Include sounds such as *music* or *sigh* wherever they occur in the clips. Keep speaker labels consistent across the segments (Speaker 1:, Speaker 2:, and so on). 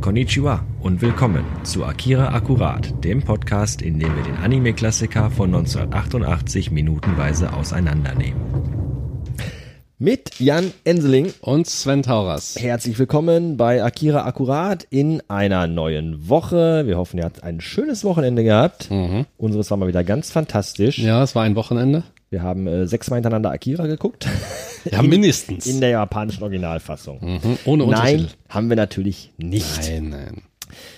Speaker 1: Konnichiwa und willkommen zu Akira Akkurat, dem Podcast, in dem wir den Anime-Klassiker von 1988 minutenweise auseinandernehmen. Mit Jan Enseling
Speaker 2: Und Sven Tauras.
Speaker 1: Herzlich willkommen bei Akira Akkurat in einer neuen Woche. Wir hoffen, ihr habt ein schönes Wochenende gehabt. Unseres war mal wieder ganz fantastisch.
Speaker 2: Mhm. Ja, es war ein Wochenende.
Speaker 1: Wir haben äh, sechsmal hintereinander Akira geguckt.
Speaker 2: Ja, mindestens.
Speaker 1: In der japanischen Originalfassung.
Speaker 2: Mhm, Ohne
Speaker 1: Nein,
Speaker 2: Untertitel.
Speaker 1: haben wir natürlich nicht.
Speaker 2: Nein, nein.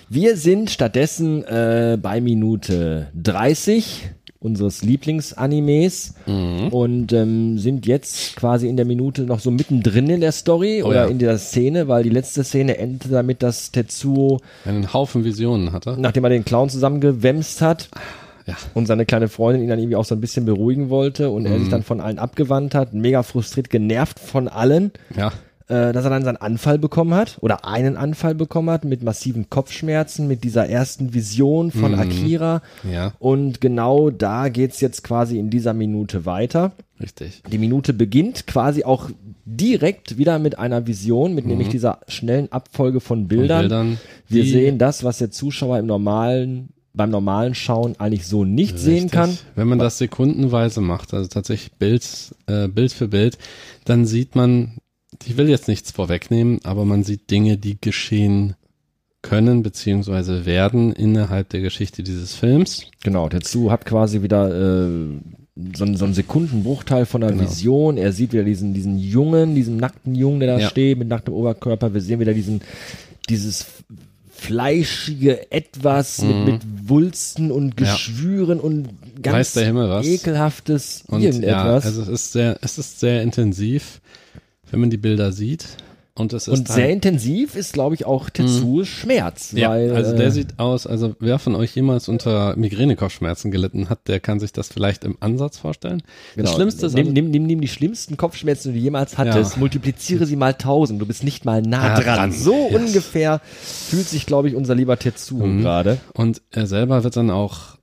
Speaker 1: Wir sind stattdessen äh, bei Minute 30 unseres Lieblingsanimes
Speaker 2: Mhm.
Speaker 1: und ähm, sind jetzt quasi in der Minute noch so mittendrin in der Story oder
Speaker 2: Oh ja.
Speaker 1: in der Szene, weil die letzte Szene endete damit, dass Tetsuo,
Speaker 2: Einen Haufen Visionen hatte.
Speaker 1: nachdem er den Clown zusammengewemst hat
Speaker 2: Ah, Ja.
Speaker 1: und seine kleine Freundin ihn dann irgendwie auch so ein bisschen beruhigen wollte und
Speaker 2: Mhm.
Speaker 1: er sich dann von allen abgewandt hat, mega frustriert, genervt von allen
Speaker 2: Ja.
Speaker 1: äh, dass er dann seinen Anfall bekommen hat oder einen Anfall bekommen hat mit massiven Kopfschmerzen, mit dieser ersten Vision von Akira.
Speaker 2: Mhm. Ja.
Speaker 1: Und genau da geht's jetzt quasi in dieser Minute weiter.
Speaker 2: Richtig.
Speaker 1: Die Minute beginnt quasi auch direkt wieder mit einer Vision, mit nämlich dieser schnellen Abfolge von Bildern.
Speaker 2: Mhm. Bildern,
Speaker 1: Wir
Speaker 2: die-
Speaker 1: sehen das, was der Zuschauer im normalen, beim normalen Schauen eigentlich so nicht sehen
Speaker 2: Richtig.
Speaker 1: kann.
Speaker 2: Wenn man das sekundenweise macht, also tatsächlich Bild, äh, Bild für Bild, dann sieht man, ich will jetzt nichts vorwegnehmen, aber man sieht Dinge, die geschehen können beziehungsweise werden innerhalb der Geschichte dieses Films.
Speaker 1: Genau, dazu hat quasi wieder äh, so, einen, so einen Sekundenbruchteil von einer
Speaker 2: Genau.
Speaker 1: Vision. Er sieht wieder diesen, diesen Jungen, diesen nackten Jungen, der da
Speaker 2: Ja.
Speaker 1: steht, mit nacktem Oberkörper. Wir sehen wieder diesen, dieses f- fleischige Etwas mit, mit Wulsten und
Speaker 2: Mhm. Ja.
Speaker 1: Geschwüren und ganz
Speaker 2: Weiß der Himmel was.
Speaker 1: ekelhaftes
Speaker 2: Und
Speaker 1: irgendetwas.
Speaker 2: ja, also es ist sehr, es ist sehr intensiv, wenn man die Bilder sieht. Und es ist
Speaker 1: und
Speaker 2: dann-
Speaker 1: sehr intensiv ist, glaube ich, auch Tetsuos Schmerz.
Speaker 2: halt Mhm. ja,
Speaker 1: weil,
Speaker 2: also der
Speaker 1: äh,
Speaker 2: sieht aus, also wer von euch jemals unter Migränekopfschmerzen gelitten hat, der kann sich das vielleicht im Ansatz vorstellen.
Speaker 1: Genau.
Speaker 2: Das Schlimmste ist, also-
Speaker 1: nimm, nimm, nimm, nimm die schlimmsten Kopfschmerzen, die du jemals hattest, multipliziere sie mal 1000. Du bist nicht mal nah
Speaker 2: Ah,
Speaker 1: dran.
Speaker 2: dran.
Speaker 1: So
Speaker 2: Yes. Mhm.
Speaker 1: ungefähr fühlt sich, glaube ich, unser lieber Tetsuo gerade.
Speaker 2: also, und er selber wird dann auch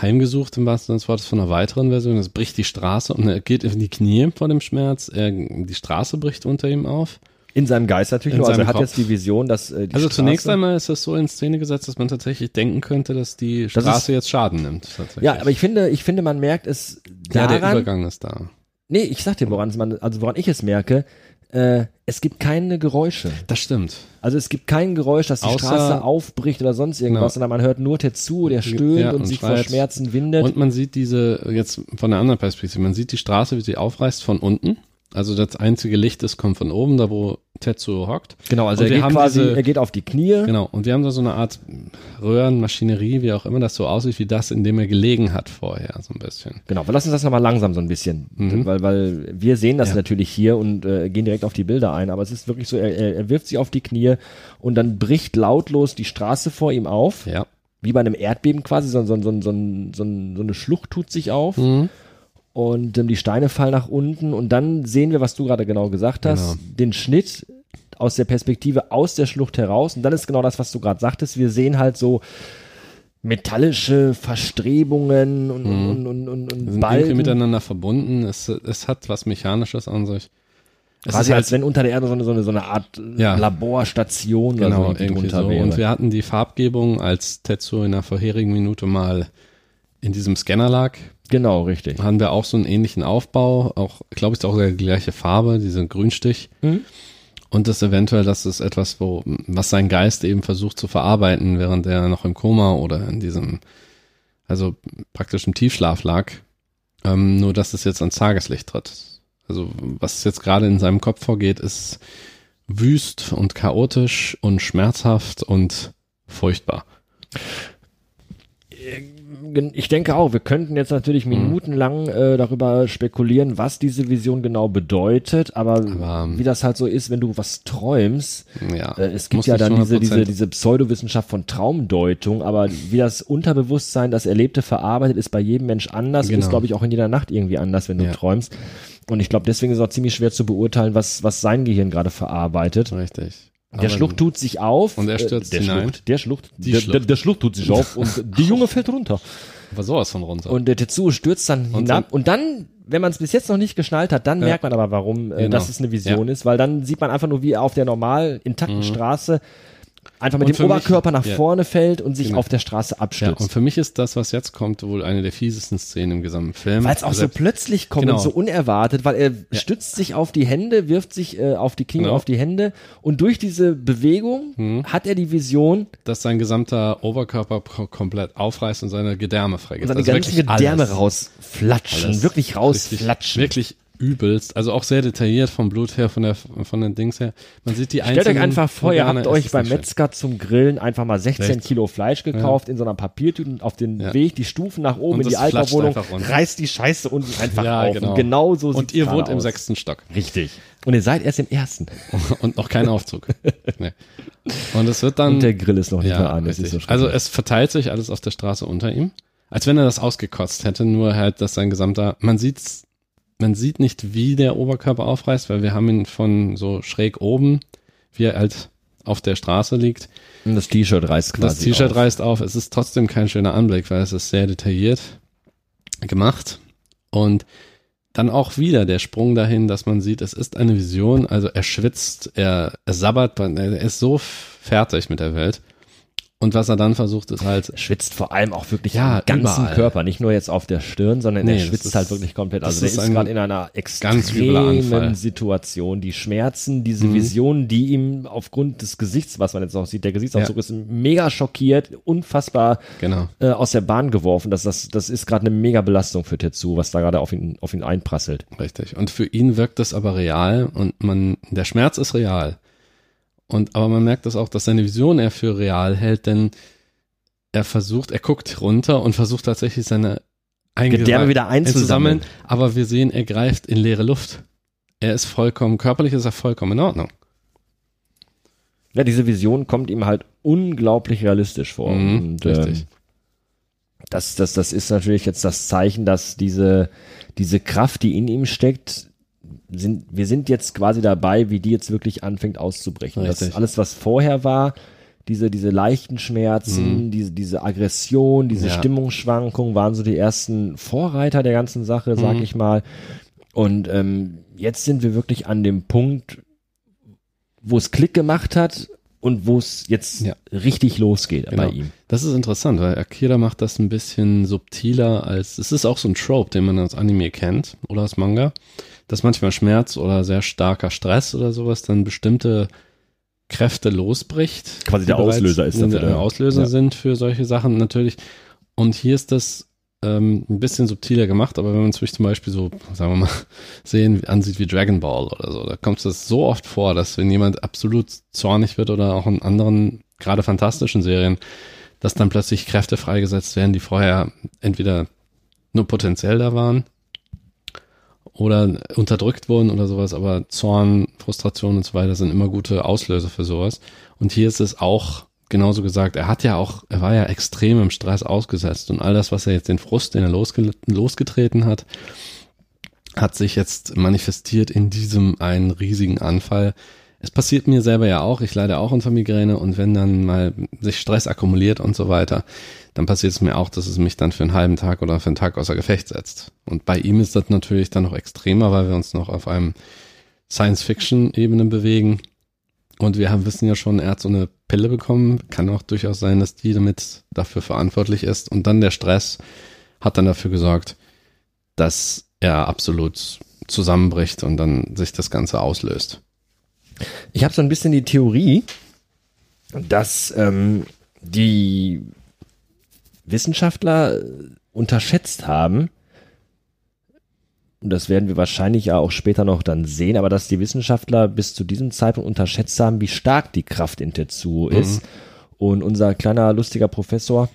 Speaker 2: heimgesucht im wahrsten Sinne des Wortes von einer weiteren Version. Es bricht die Straße und er geht in die Knie vor dem Schmerz. Er, die Straße bricht unter ihm auf.
Speaker 1: In seinem Geist natürlich
Speaker 2: In
Speaker 1: nur. Also er
Speaker 2: seinem
Speaker 1: hat
Speaker 2: Kopf.
Speaker 1: jetzt die Vision, dass äh, die
Speaker 2: Also
Speaker 1: Straße,
Speaker 2: zunächst einmal ist das so in Szene gesetzt, dass man tatsächlich denken könnte, dass die Straße jetzt Schaden nimmt. Tatsächlich.
Speaker 1: Ja, aber ich finde, ich finde, man merkt es
Speaker 2: ja, der
Speaker 1: daran.
Speaker 2: Übergang ist da.
Speaker 1: nee, ich sag dir, woran es man, also woran ich es merke. Äh, es gibt keine Geräusche.
Speaker 2: Das stimmt.
Speaker 1: Also es gibt kein Geräusch, dass die
Speaker 2: Außer- Genau.
Speaker 1: Straße aufbricht oder sonst irgendwas, sondern man hört nur Tetsuo, der stöhnt
Speaker 2: Ja,
Speaker 1: und,
Speaker 2: und
Speaker 1: sich vor
Speaker 2: schreit.
Speaker 1: Schmerzen windet.
Speaker 2: Und man sieht diese, jetzt von einer anderen Perspektive, man sieht die Straße, wie sie aufreißt von unten. Also das einzige Licht, das kommt von oben, da wo Tetsuo hockt.
Speaker 1: genau, also
Speaker 2: und
Speaker 1: er
Speaker 2: wir
Speaker 1: geht
Speaker 2: haben
Speaker 1: quasi,
Speaker 2: diese-
Speaker 1: er geht auf die Knie.
Speaker 2: Genau, und wir haben da so eine Art Röhrenmaschinerie, wie auch immer das so aussieht, wie das, in dem er gelegen hat vorher, so ein bisschen.
Speaker 1: Genau, lass uns das nochmal langsam so ein bisschen, weil, weil wir sehen das
Speaker 2: Mhm. Ja.
Speaker 1: natürlich hier und äh, gehen direkt auf die Bilder ein, aber es ist wirklich so, er, er er wirft sie auf die Knie und dann bricht lautlos die Straße vor ihm auf,
Speaker 2: Ja.
Speaker 1: wie bei einem Erdbeben quasi, so, so, so, so, so, so eine Schlucht tut sich auf
Speaker 2: Mhm.
Speaker 1: und ähm, die Steine fallen nach unten und dann sehen wir, was du gerade genau gesagt hast, den Schnitt aus der Perspektive aus der Schlucht heraus und dann ist genau das, was du gerade sagtest, wir sehen halt so metallische Verstrebungen und, und, und, und, und
Speaker 2: Mhm. Sind irgendwie
Speaker 1: Balken.
Speaker 2: miteinander verbunden. Es, es hat was Mechanisches an sich.
Speaker 1: Quasi
Speaker 2: Es ist halt-
Speaker 1: als halt, wenn unter der Erde so eine, so eine, so eine Art äh,
Speaker 2: Ja.
Speaker 1: Laborstation
Speaker 2: Genau,
Speaker 1: oder so
Speaker 2: irgendwie
Speaker 1: drunter
Speaker 2: so.
Speaker 1: wäre.
Speaker 2: Und wir hatten die Farbgebung, als Tetsuo in der vorherigen Minute mal in diesem Scanner lag,
Speaker 1: genau, richtig.
Speaker 2: haben wir auch so einen ähnlichen Aufbau, auch, glaube ich, auch die gleiche Farbe, diesen Grünstich.
Speaker 1: Mhm.
Speaker 2: Und das eventuell, das ist etwas, wo, was sein Geist eben versucht zu verarbeiten, während er noch im Koma oder in diesem, also praktisch im Tiefschlaf lag. Ähm, nur, dass es jetzt ans Tageslicht tritt. Also, was jetzt gerade in seinem Kopf vorgeht, ist wüst und chaotisch und schmerzhaft und furchtbar.
Speaker 1: Ich denke auch, wir könnten jetzt natürlich
Speaker 2: Mhm.
Speaker 1: minutenlang äh, darüber spekulieren, was diese Vision genau bedeutet, aber,
Speaker 2: ähm,
Speaker 1: wie das halt so ist, wenn du was träumst,
Speaker 2: Ja.
Speaker 1: äh, es gibt
Speaker 2: muss
Speaker 1: ja
Speaker 2: nicht
Speaker 1: dann diese,
Speaker 2: 100%
Speaker 1: diese, diese Pseudowissenschaft von Traumdeutung, aber wie das Unterbewusstsein das Erlebte verarbeitet, ist bei jedem Mensch anders und
Speaker 2: Genau.
Speaker 1: ist, glaube ich, auch in jeder Nacht irgendwie anders, wenn du
Speaker 2: Ja.
Speaker 1: träumst. Und ich glaube, deswegen ist es auch ziemlich schwer zu beurteilen, was, was sein Gehirn gerade verarbeitet.
Speaker 2: Richtig.
Speaker 1: Der Schlucht tut sich auf.
Speaker 2: Und er stürzt
Speaker 1: äh, der
Speaker 2: hinein.
Speaker 1: Schlucht, der Schlucht,
Speaker 2: Die
Speaker 1: der,
Speaker 2: Schlucht.
Speaker 1: Der, der Schlucht tut sich auf und
Speaker 2: *laughs*
Speaker 1: die Junge fällt runter.
Speaker 2: War sowas von runter.
Speaker 1: Und der Tetsuo stürzt dann
Speaker 2: Und
Speaker 1: hinab. Und dann, wenn man es bis jetzt noch nicht geschnallt hat, dann merkt man aber, warum äh,
Speaker 2: Genau.
Speaker 1: das es eine Vision ist, weil dann sieht man einfach nur, wie er auf der normal intakten Straße einfach mit
Speaker 2: Mhm.
Speaker 1: dem
Speaker 2: Und für mich-
Speaker 1: Oberkörper nach
Speaker 2: ja.
Speaker 1: vorne fällt und sich
Speaker 2: Genau.
Speaker 1: auf der Straße
Speaker 2: Ja,
Speaker 1: abstürzt.
Speaker 2: und für mich ist das, was jetzt kommt, wohl eine der fiesesten Szenen im gesamten Film.
Speaker 1: Weil es auch so
Speaker 2: Selbst-
Speaker 1: plötzlich kommt
Speaker 2: Genau.
Speaker 1: und so unerwartet, weil er stützt sich auf die Hände, wirft sich äh, auf die Knie,
Speaker 2: Genau. Mhm.
Speaker 1: auf die Hände und durch diese Bewegung hat er die Vision,
Speaker 2: dass sein gesamter Oberkörper ko- komplett aufreißt und seine Gedärme freigibt.
Speaker 1: und seine ganzen
Speaker 2: Also wirklich
Speaker 1: Gedärme
Speaker 2: alles.
Speaker 1: rausflatschen,
Speaker 2: Alles.
Speaker 1: wirklich rausflatschen.
Speaker 2: Wirklich, wirklich übelst. Also auch sehr detailliert vom Blut her, von der von den Dings her. Man sieht die
Speaker 1: Stellt euch
Speaker 2: einzelnen
Speaker 1: einfach vor, ihr
Speaker 2: Organe,
Speaker 1: habt
Speaker 2: es
Speaker 1: euch
Speaker 2: ist
Speaker 1: beim
Speaker 2: nicht schön.
Speaker 1: Metzger zum Grillen einfach mal 16
Speaker 2: Richtig.
Speaker 1: Kilo Fleisch gekauft in so einer Papiertüte und auf den
Speaker 2: Ja.
Speaker 1: Weg die Stufen nach oben
Speaker 2: Und
Speaker 1: in die
Speaker 2: das flatscht
Speaker 1: Altbauwohnung
Speaker 2: einfach runter.
Speaker 1: reißt die Scheiße unten einfach
Speaker 2: Ja,
Speaker 1: auf.
Speaker 2: genau.
Speaker 1: Und genau so
Speaker 2: Und
Speaker 1: sieht's
Speaker 2: ihr
Speaker 1: gerade
Speaker 2: wohnt im
Speaker 1: aus.
Speaker 2: sechsten Hm. Stock. *laughs*
Speaker 1: Richtig. Und ihr seid erst im ersten.
Speaker 2: Und noch kein Aufzug. nee. Und es wird dann.
Speaker 1: Und der Grill ist noch nicht mal an. Das
Speaker 2: richtig.
Speaker 1: ist so schrecklich.
Speaker 2: also es verteilt sich alles auf der Straße unter ihm. Als wenn er das ausgekotzt hätte, nur halt, dass sein gesamter, man sieht's, man sieht nicht, wie der Oberkörper aufreißt, weil wir haben ihn von so schräg oben, wie er halt auf der Straße liegt.
Speaker 1: Und das T-Shirt reißt quasi
Speaker 2: Also Das T-Shirt
Speaker 1: auf.
Speaker 2: reißt auf. Es ist trotzdem kein schöner Anblick, weil es ist sehr detailliert gemacht. Und dann auch wieder der Sprung dahin, dass man sieht, es ist eine Vision. Also er schwitzt, er, er sabbert, man- er ist so f- fertig mit der Welt. Und was er dann versucht, ist halt,
Speaker 1: Er schwitzt vor allem auch wirklich
Speaker 2: Ja,
Speaker 1: am ganzen
Speaker 2: überall.
Speaker 1: Körper, nicht nur jetzt auf der Stirn, sondern
Speaker 2: Nee,
Speaker 1: er
Speaker 2: das
Speaker 1: schwitzt
Speaker 2: ist-
Speaker 1: halt wirklich komplett.
Speaker 2: das
Speaker 1: Also der
Speaker 2: ist
Speaker 1: ist,
Speaker 2: ein
Speaker 1: gerade in einer
Speaker 2: übler Anfall. Mhm.
Speaker 1: extremen Situation. Die Schmerzen, diese Visionen, die ihm aufgrund des Gesichts, was man jetzt noch sieht, der Gesichtsausdruck
Speaker 2: Ja.
Speaker 1: ist mega schockiert, unfassbar
Speaker 2: genau,
Speaker 1: äh, aus der Bahn geworfen. Das, das, das ist gerade eine mega Belastung für Tetsu, was da gerade auf ihn, auf ihn einprasselt.
Speaker 2: richtig. Und für ihn wirkt das aber real und man, der Schmerz ist real. Und, aber man merkt das auch, dass seine Vision er für real hält, denn er versucht, er guckt runter und versucht tatsächlich seine
Speaker 1: Gedärme
Speaker 2: Eingeweide-
Speaker 1: wieder einzusammeln.
Speaker 2: einzusammeln, aber wir sehen, er greift in leere Luft. Er ist vollkommen, körperlich ist er vollkommen in Ordnung.
Speaker 1: Ja, diese Vision kommt ihm halt unglaublich realistisch vor.
Speaker 2: Mhm,
Speaker 1: und,
Speaker 2: richtig.
Speaker 1: Ähm, das, das, das ist natürlich jetzt das Zeichen, dass diese, diese Kraft, die in ihm steckt, sind, wir sind jetzt quasi dabei, wie die jetzt wirklich anfängt auszubrechen. Das
Speaker 2: Richtig.
Speaker 1: ist alles, was vorher war, diese, diese leichten Schmerzen, diese, diese Aggression, diese
Speaker 2: Mhm. Ja.
Speaker 1: Stimmungsschwankungen waren so die ersten Vorreiter der ganzen Sache, sag
Speaker 2: Mhm.
Speaker 1: ich mal. Und ähm, jetzt sind wir wirklich an dem Punkt, wo es Klick gemacht hat und wo es jetzt
Speaker 2: Ja.
Speaker 1: richtig losgeht
Speaker 2: Genau.
Speaker 1: bei ihm.
Speaker 2: Das ist interessant, weil Akira macht das ein bisschen subtiler als, es ist auch so ein Trope, den man aus Anime kennt oder aus Manga, dass manchmal Schmerz oder sehr starker Stress oder sowas dann bestimmte Kräfte losbricht.
Speaker 1: Quasi
Speaker 2: die
Speaker 1: der
Speaker 2: bereits
Speaker 1: Auslöser ist dafür,
Speaker 2: Der
Speaker 1: ja.
Speaker 2: Auslöser
Speaker 1: Ja.
Speaker 2: sind für solche Sachen natürlich. Und hier ist das ähm, ein bisschen subtiler gemacht, aber wenn man sich zum Beispiel so, sagen wir mal, *laughs* sehen, ansieht wie Dragon Ball oder so. Da kommt es so oft vor, dass wenn jemand absolut zornig wird oder auch in anderen, gerade fantastischen Serien, dass dann plötzlich Kräfte freigesetzt werden, die vorher entweder nur potenziell da waren oder unterdrückt wurden oder sowas, aber Zorn, Frustration und so weiter sind immer gute Auslöser für sowas. Und hier ist es auch genauso gesagt, er hat ja auch, er war ja extrem im Stress ausgesetzt und all das, was er jetzt den Frust, den er losge losgetreten hat, hat sich jetzt manifestiert in diesem einen riesigen Anfall. Es passiert mir selber ja auch, ich leide auch unter Migräne und wenn dann mal sich Stress akkumuliert und so weiter, dann passiert es mir auch, dass es mich dann für einen halben Tag oder für einen Tag außer Gefecht setzt. Und bei ihm ist das natürlich dann noch extremer, weil wir uns noch auf einem Science-Fiction-Ebene bewegen. Und wir haben, wissen ja schon, er hat so eine Pille bekommen. Kann auch durchaus sein, dass die damit dafür verantwortlich ist. Und dann der Stress hat dann dafür gesorgt, dass er absolut zusammenbricht und dann sich das Ganze auslöst.
Speaker 1: Ich habe so ein bisschen die Theorie, dass ähm, die Wissenschaftler äh, unterschätzt haben, und das werden wir wahrscheinlich ja auch später noch dann sehen, aber dass die Wissenschaftler bis zu diesem Zeitpunkt unterschätzt haben, wie stark die Kraft in Tetsuo ist. Und unser kleiner lustiger Professor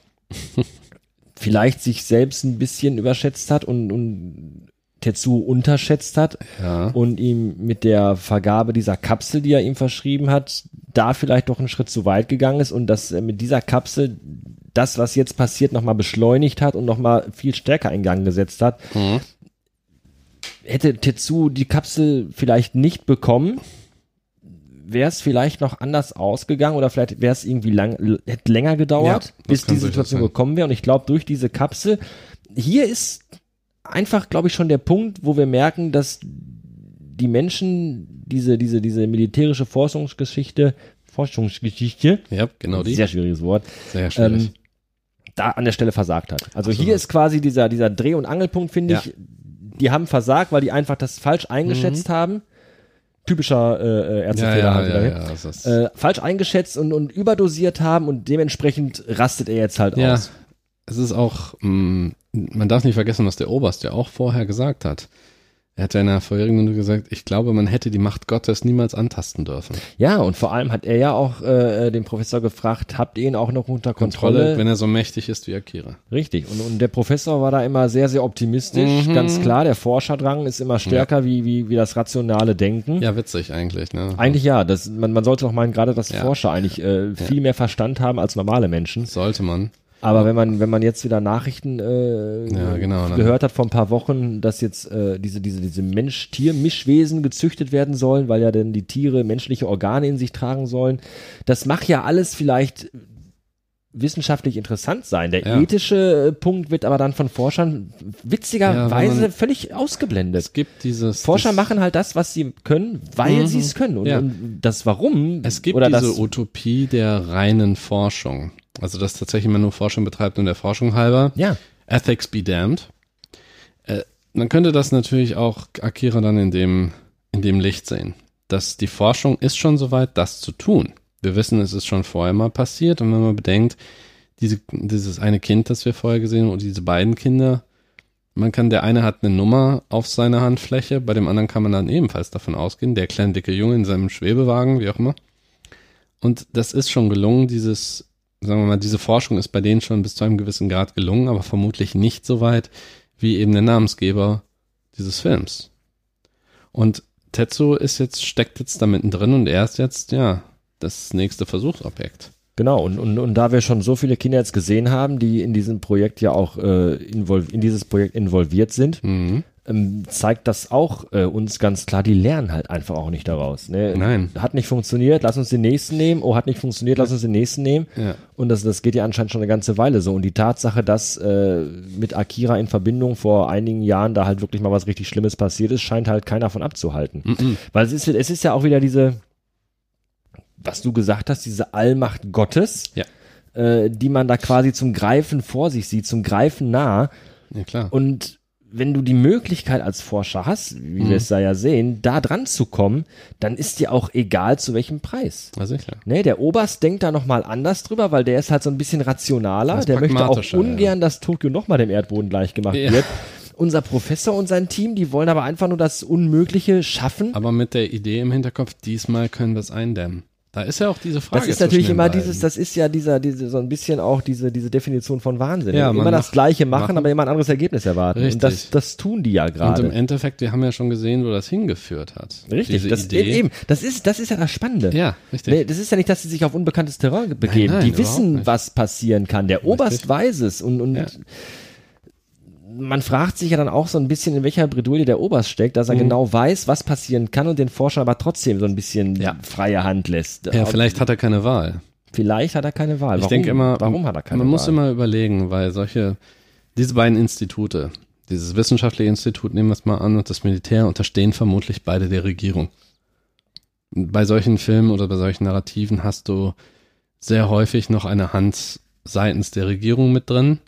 Speaker 1: vielleicht sich selbst ein bisschen überschätzt hat und, und Tetsuo unterschätzt hat
Speaker 2: Ja.
Speaker 1: und ihm mit der Vergabe dieser Kapsel, die er ihm verschrieben hat, da vielleicht doch einen Schritt zu weit gegangen ist und dass er mit dieser Kapsel das, was jetzt passiert, nochmal beschleunigt hat und nochmal viel stärker in Gang gesetzt hat. Hätte Tetsu die Kapsel vielleicht nicht bekommen, wäre es vielleicht noch anders ausgegangen oder vielleicht wäre es irgendwie lang, l- hätte länger gedauert,
Speaker 2: Ja, das
Speaker 1: bis
Speaker 2: kann
Speaker 1: diese
Speaker 2: durchaus
Speaker 1: Situation
Speaker 2: sein.
Speaker 1: gekommen wäre. Und ich glaube, durch diese Kapsel, hier ist einfach, glaube ich, schon der Punkt, wo wir merken, dass die Menschen diese, diese, diese militärische Forschungsgeschichte, Forschungsgeschichte,
Speaker 2: Ja, genau die.
Speaker 1: sehr schwieriges Wort,
Speaker 2: Sehr schwierig.
Speaker 1: ähm, da an der Stelle versagt hat. Also
Speaker 2: Absolut.
Speaker 1: hier ist quasi dieser, dieser Dreh- und Angelpunkt, finde
Speaker 2: Ja.
Speaker 1: ich, die haben versagt, weil die einfach das falsch eingeschätzt haben. Typischer äh, äh,
Speaker 2: Mhm. ja,
Speaker 1: Ärztefehler
Speaker 2: ja,
Speaker 1: halt
Speaker 2: ja,
Speaker 1: wieder.
Speaker 2: ja, das ist,
Speaker 1: Äh, falsch eingeschätzt und, und überdosiert haben und dementsprechend rastet er jetzt halt
Speaker 2: ja.
Speaker 1: aus.
Speaker 2: Es ist auch, mh, man darf nicht vergessen, was der Oberst ja auch vorher gesagt hat. Er hat ja in der vorherigen Minute gesagt, ich glaube, man hätte die Macht Gottes niemals antasten dürfen.
Speaker 1: Ja, und vor allem hat er ja auch äh, den Professor gefragt, habt ihr ihn auch noch unter Kontrolle?
Speaker 2: Kontrolle, wenn er so mächtig ist wie Akira.
Speaker 1: Richtig. Und, und der Professor war da immer sehr, sehr
Speaker 2: Mhm.
Speaker 1: optimistisch. Ganz klar, der Forscherdrang ist immer stärker wie, wie, wie das rationale Denken.
Speaker 2: Ja, witzig eigentlich, ne?
Speaker 1: Eigentlich ja. Das, man, man sollte auch meinen, gerade dass
Speaker 2: Ja.
Speaker 1: Forscher eigentlich äh, viel mehr Verstand haben als normale Menschen.
Speaker 2: Sollte man.
Speaker 1: Aber wenn man, wenn man jetzt wieder Nachrichten äh,
Speaker 2: Ja, genau, ne?
Speaker 1: gehört hat vor ein paar Wochen, dass jetzt äh, diese, diese, diese Mensch-Tier-Mischwesen gezüchtet werden sollen, weil ja dann die Tiere menschliche Organe in sich tragen sollen, das macht ja alles vielleicht wissenschaftlich interessant sein. Der
Speaker 2: Ja.
Speaker 1: ethische äh, Punkt wird aber dann von Forschern
Speaker 2: Ja, wenn
Speaker 1: witzigerweise
Speaker 2: man-
Speaker 1: völlig ausgeblendet.
Speaker 2: Es gibt dieses.
Speaker 1: Forscher
Speaker 2: das,
Speaker 1: machen halt das, Mhm. was sie können, weil sie es können. Und,
Speaker 2: Ja.
Speaker 1: und das Warum
Speaker 2: Es gibt
Speaker 1: oder
Speaker 2: diese
Speaker 1: das
Speaker 2: Utopie der reinen Forschung. Also, dass tatsächlich man nur Forschung betreibt und der Forschung halber.
Speaker 1: ja.
Speaker 2: Ethics be damned. Äh, man könnte das natürlich auch Akira dann in dem, in dem Licht sehen. Dass die Forschung ist schon soweit, das zu tun. Wir wissen, es ist schon vorher mal passiert. Und wenn man bedenkt, diese, dieses eine Kind, das wir vorher gesehen haben, und diese beiden Kinder, man kann, der eine hat eine Nummer auf seiner Handfläche, bei dem anderen kann man dann ebenfalls davon ausgehen, der kleine dicke Junge in seinem Schwebewagen, wie auch immer. Und das ist schon gelungen, dieses, sagen wir mal, diese Forschung ist bei denen schon bis zu einem gewissen Grad gelungen, aber vermutlich nicht so weit wie eben der Namensgeber dieses Films. Und Tetsu ist jetzt, steckt jetzt da mittendrin und er ist jetzt, ja, das nächste Versuchsobjekt.
Speaker 1: Genau, und, und, und da wir schon so viele Kinder jetzt gesehen haben, die in diesem Projekt ja auch äh, involv in dieses Projekt involviert sind,
Speaker 2: Mhm.
Speaker 1: ähm, zeigt das auch äh, uns ganz klar, die lernen halt einfach auch nicht daraus. Ne?
Speaker 2: Nein.
Speaker 1: Hat nicht funktioniert, lass uns den nächsten nehmen, oh, hat nicht funktioniert, lass uns den nächsten nehmen.
Speaker 2: Ja.
Speaker 1: Und das, das geht ja anscheinend schon eine ganze Weile so. Und die Tatsache, dass äh, mit Akira in Verbindung vor einigen Jahren da halt wirklich mal was richtig Schlimmes passiert ist, scheint halt keiner von abzuhalten. Weil es ist, es ist ja auch wieder diese, was du gesagt hast, diese Allmacht Gottes,
Speaker 2: Ja.
Speaker 1: äh, die man da quasi zum Greifen vor sich sieht, zum Greifen nah.
Speaker 2: Ja, klar.
Speaker 1: Und wenn du die Möglichkeit als Forscher hast, wie wir es da ja sehen, da dran zu kommen, dann ist dir auch egal zu welchem Preis.
Speaker 2: ja, sicher.
Speaker 1: Ne, der Oberst denkt da nochmal anders drüber, weil der ist halt so ein bisschen rationaler.
Speaker 2: Das
Speaker 1: Der möchte auch
Speaker 2: Pragmatische, ja.
Speaker 1: ungern, dass Tokio nochmal dem Erdboden gleich gemacht
Speaker 2: Ja.
Speaker 1: wird. Unser Professor und sein Team, die wollen aber einfach nur das Unmögliche schaffen.
Speaker 2: Aber mit der Idee im Hinterkopf, diesmal können wir es eindämmen. Da ist ja auch diese Frage.
Speaker 1: Das ist
Speaker 2: zwischen
Speaker 1: natürlich
Speaker 2: den
Speaker 1: immer
Speaker 2: beiden.
Speaker 1: dieses, das ist ja dieser, diese, so ein bisschen auch diese, diese Definition von Wahnsinn.
Speaker 2: Ja,
Speaker 1: immer
Speaker 2: man
Speaker 1: das
Speaker 2: macht-
Speaker 1: Gleiche machen,
Speaker 2: machen.
Speaker 1: aber immer ein anderes Ergebnis erwarten.
Speaker 2: Richtig.
Speaker 1: Und das, das tun die ja
Speaker 2: Und im
Speaker 1: gerade.
Speaker 2: Endeffekt, wir haben ja schon gesehen, wo das hingeführt hat.
Speaker 1: Richtig.
Speaker 2: Diese
Speaker 1: Das,
Speaker 2: Idee.
Speaker 1: eben, das ist, das ist ja das Spannende.
Speaker 2: Ja, richtig.
Speaker 1: Nee, das ist ja nicht, dass sie sich auf unbekanntes Terrain begeben.
Speaker 2: nein,
Speaker 1: die
Speaker 2: überhaupt
Speaker 1: wissen,
Speaker 2: nicht.
Speaker 1: was passieren kann. Der Oberst weiß es und, und
Speaker 2: Ja.
Speaker 1: man fragt sich ja dann auch so ein bisschen, in welcher Bredouille der Oberst steckt,
Speaker 2: Mhm.
Speaker 1: dass er genau weiß, was passieren kann und den Forscher aber trotzdem so ein bisschen
Speaker 2: Ja.
Speaker 1: freie Hand lässt.
Speaker 2: Ja,
Speaker 1: Aber
Speaker 2: vielleicht hat er keine Wahl.
Speaker 1: vielleicht hat er keine Wahl.
Speaker 2: Ich
Speaker 1: Warum-
Speaker 2: denke immer,
Speaker 1: warum hat er keine
Speaker 2: man muss
Speaker 1: Wahl?
Speaker 2: immer überlegen, weil solche, diese beiden Institute, dieses wissenschaftliche Institut, nehmen wir es mal an, und das Militär unterstehen vermutlich beide der Regierung. Bei solchen Filmen oder bei solchen Narrativen hast du sehr häufig noch eine Hand seitens der Regierung mit drin.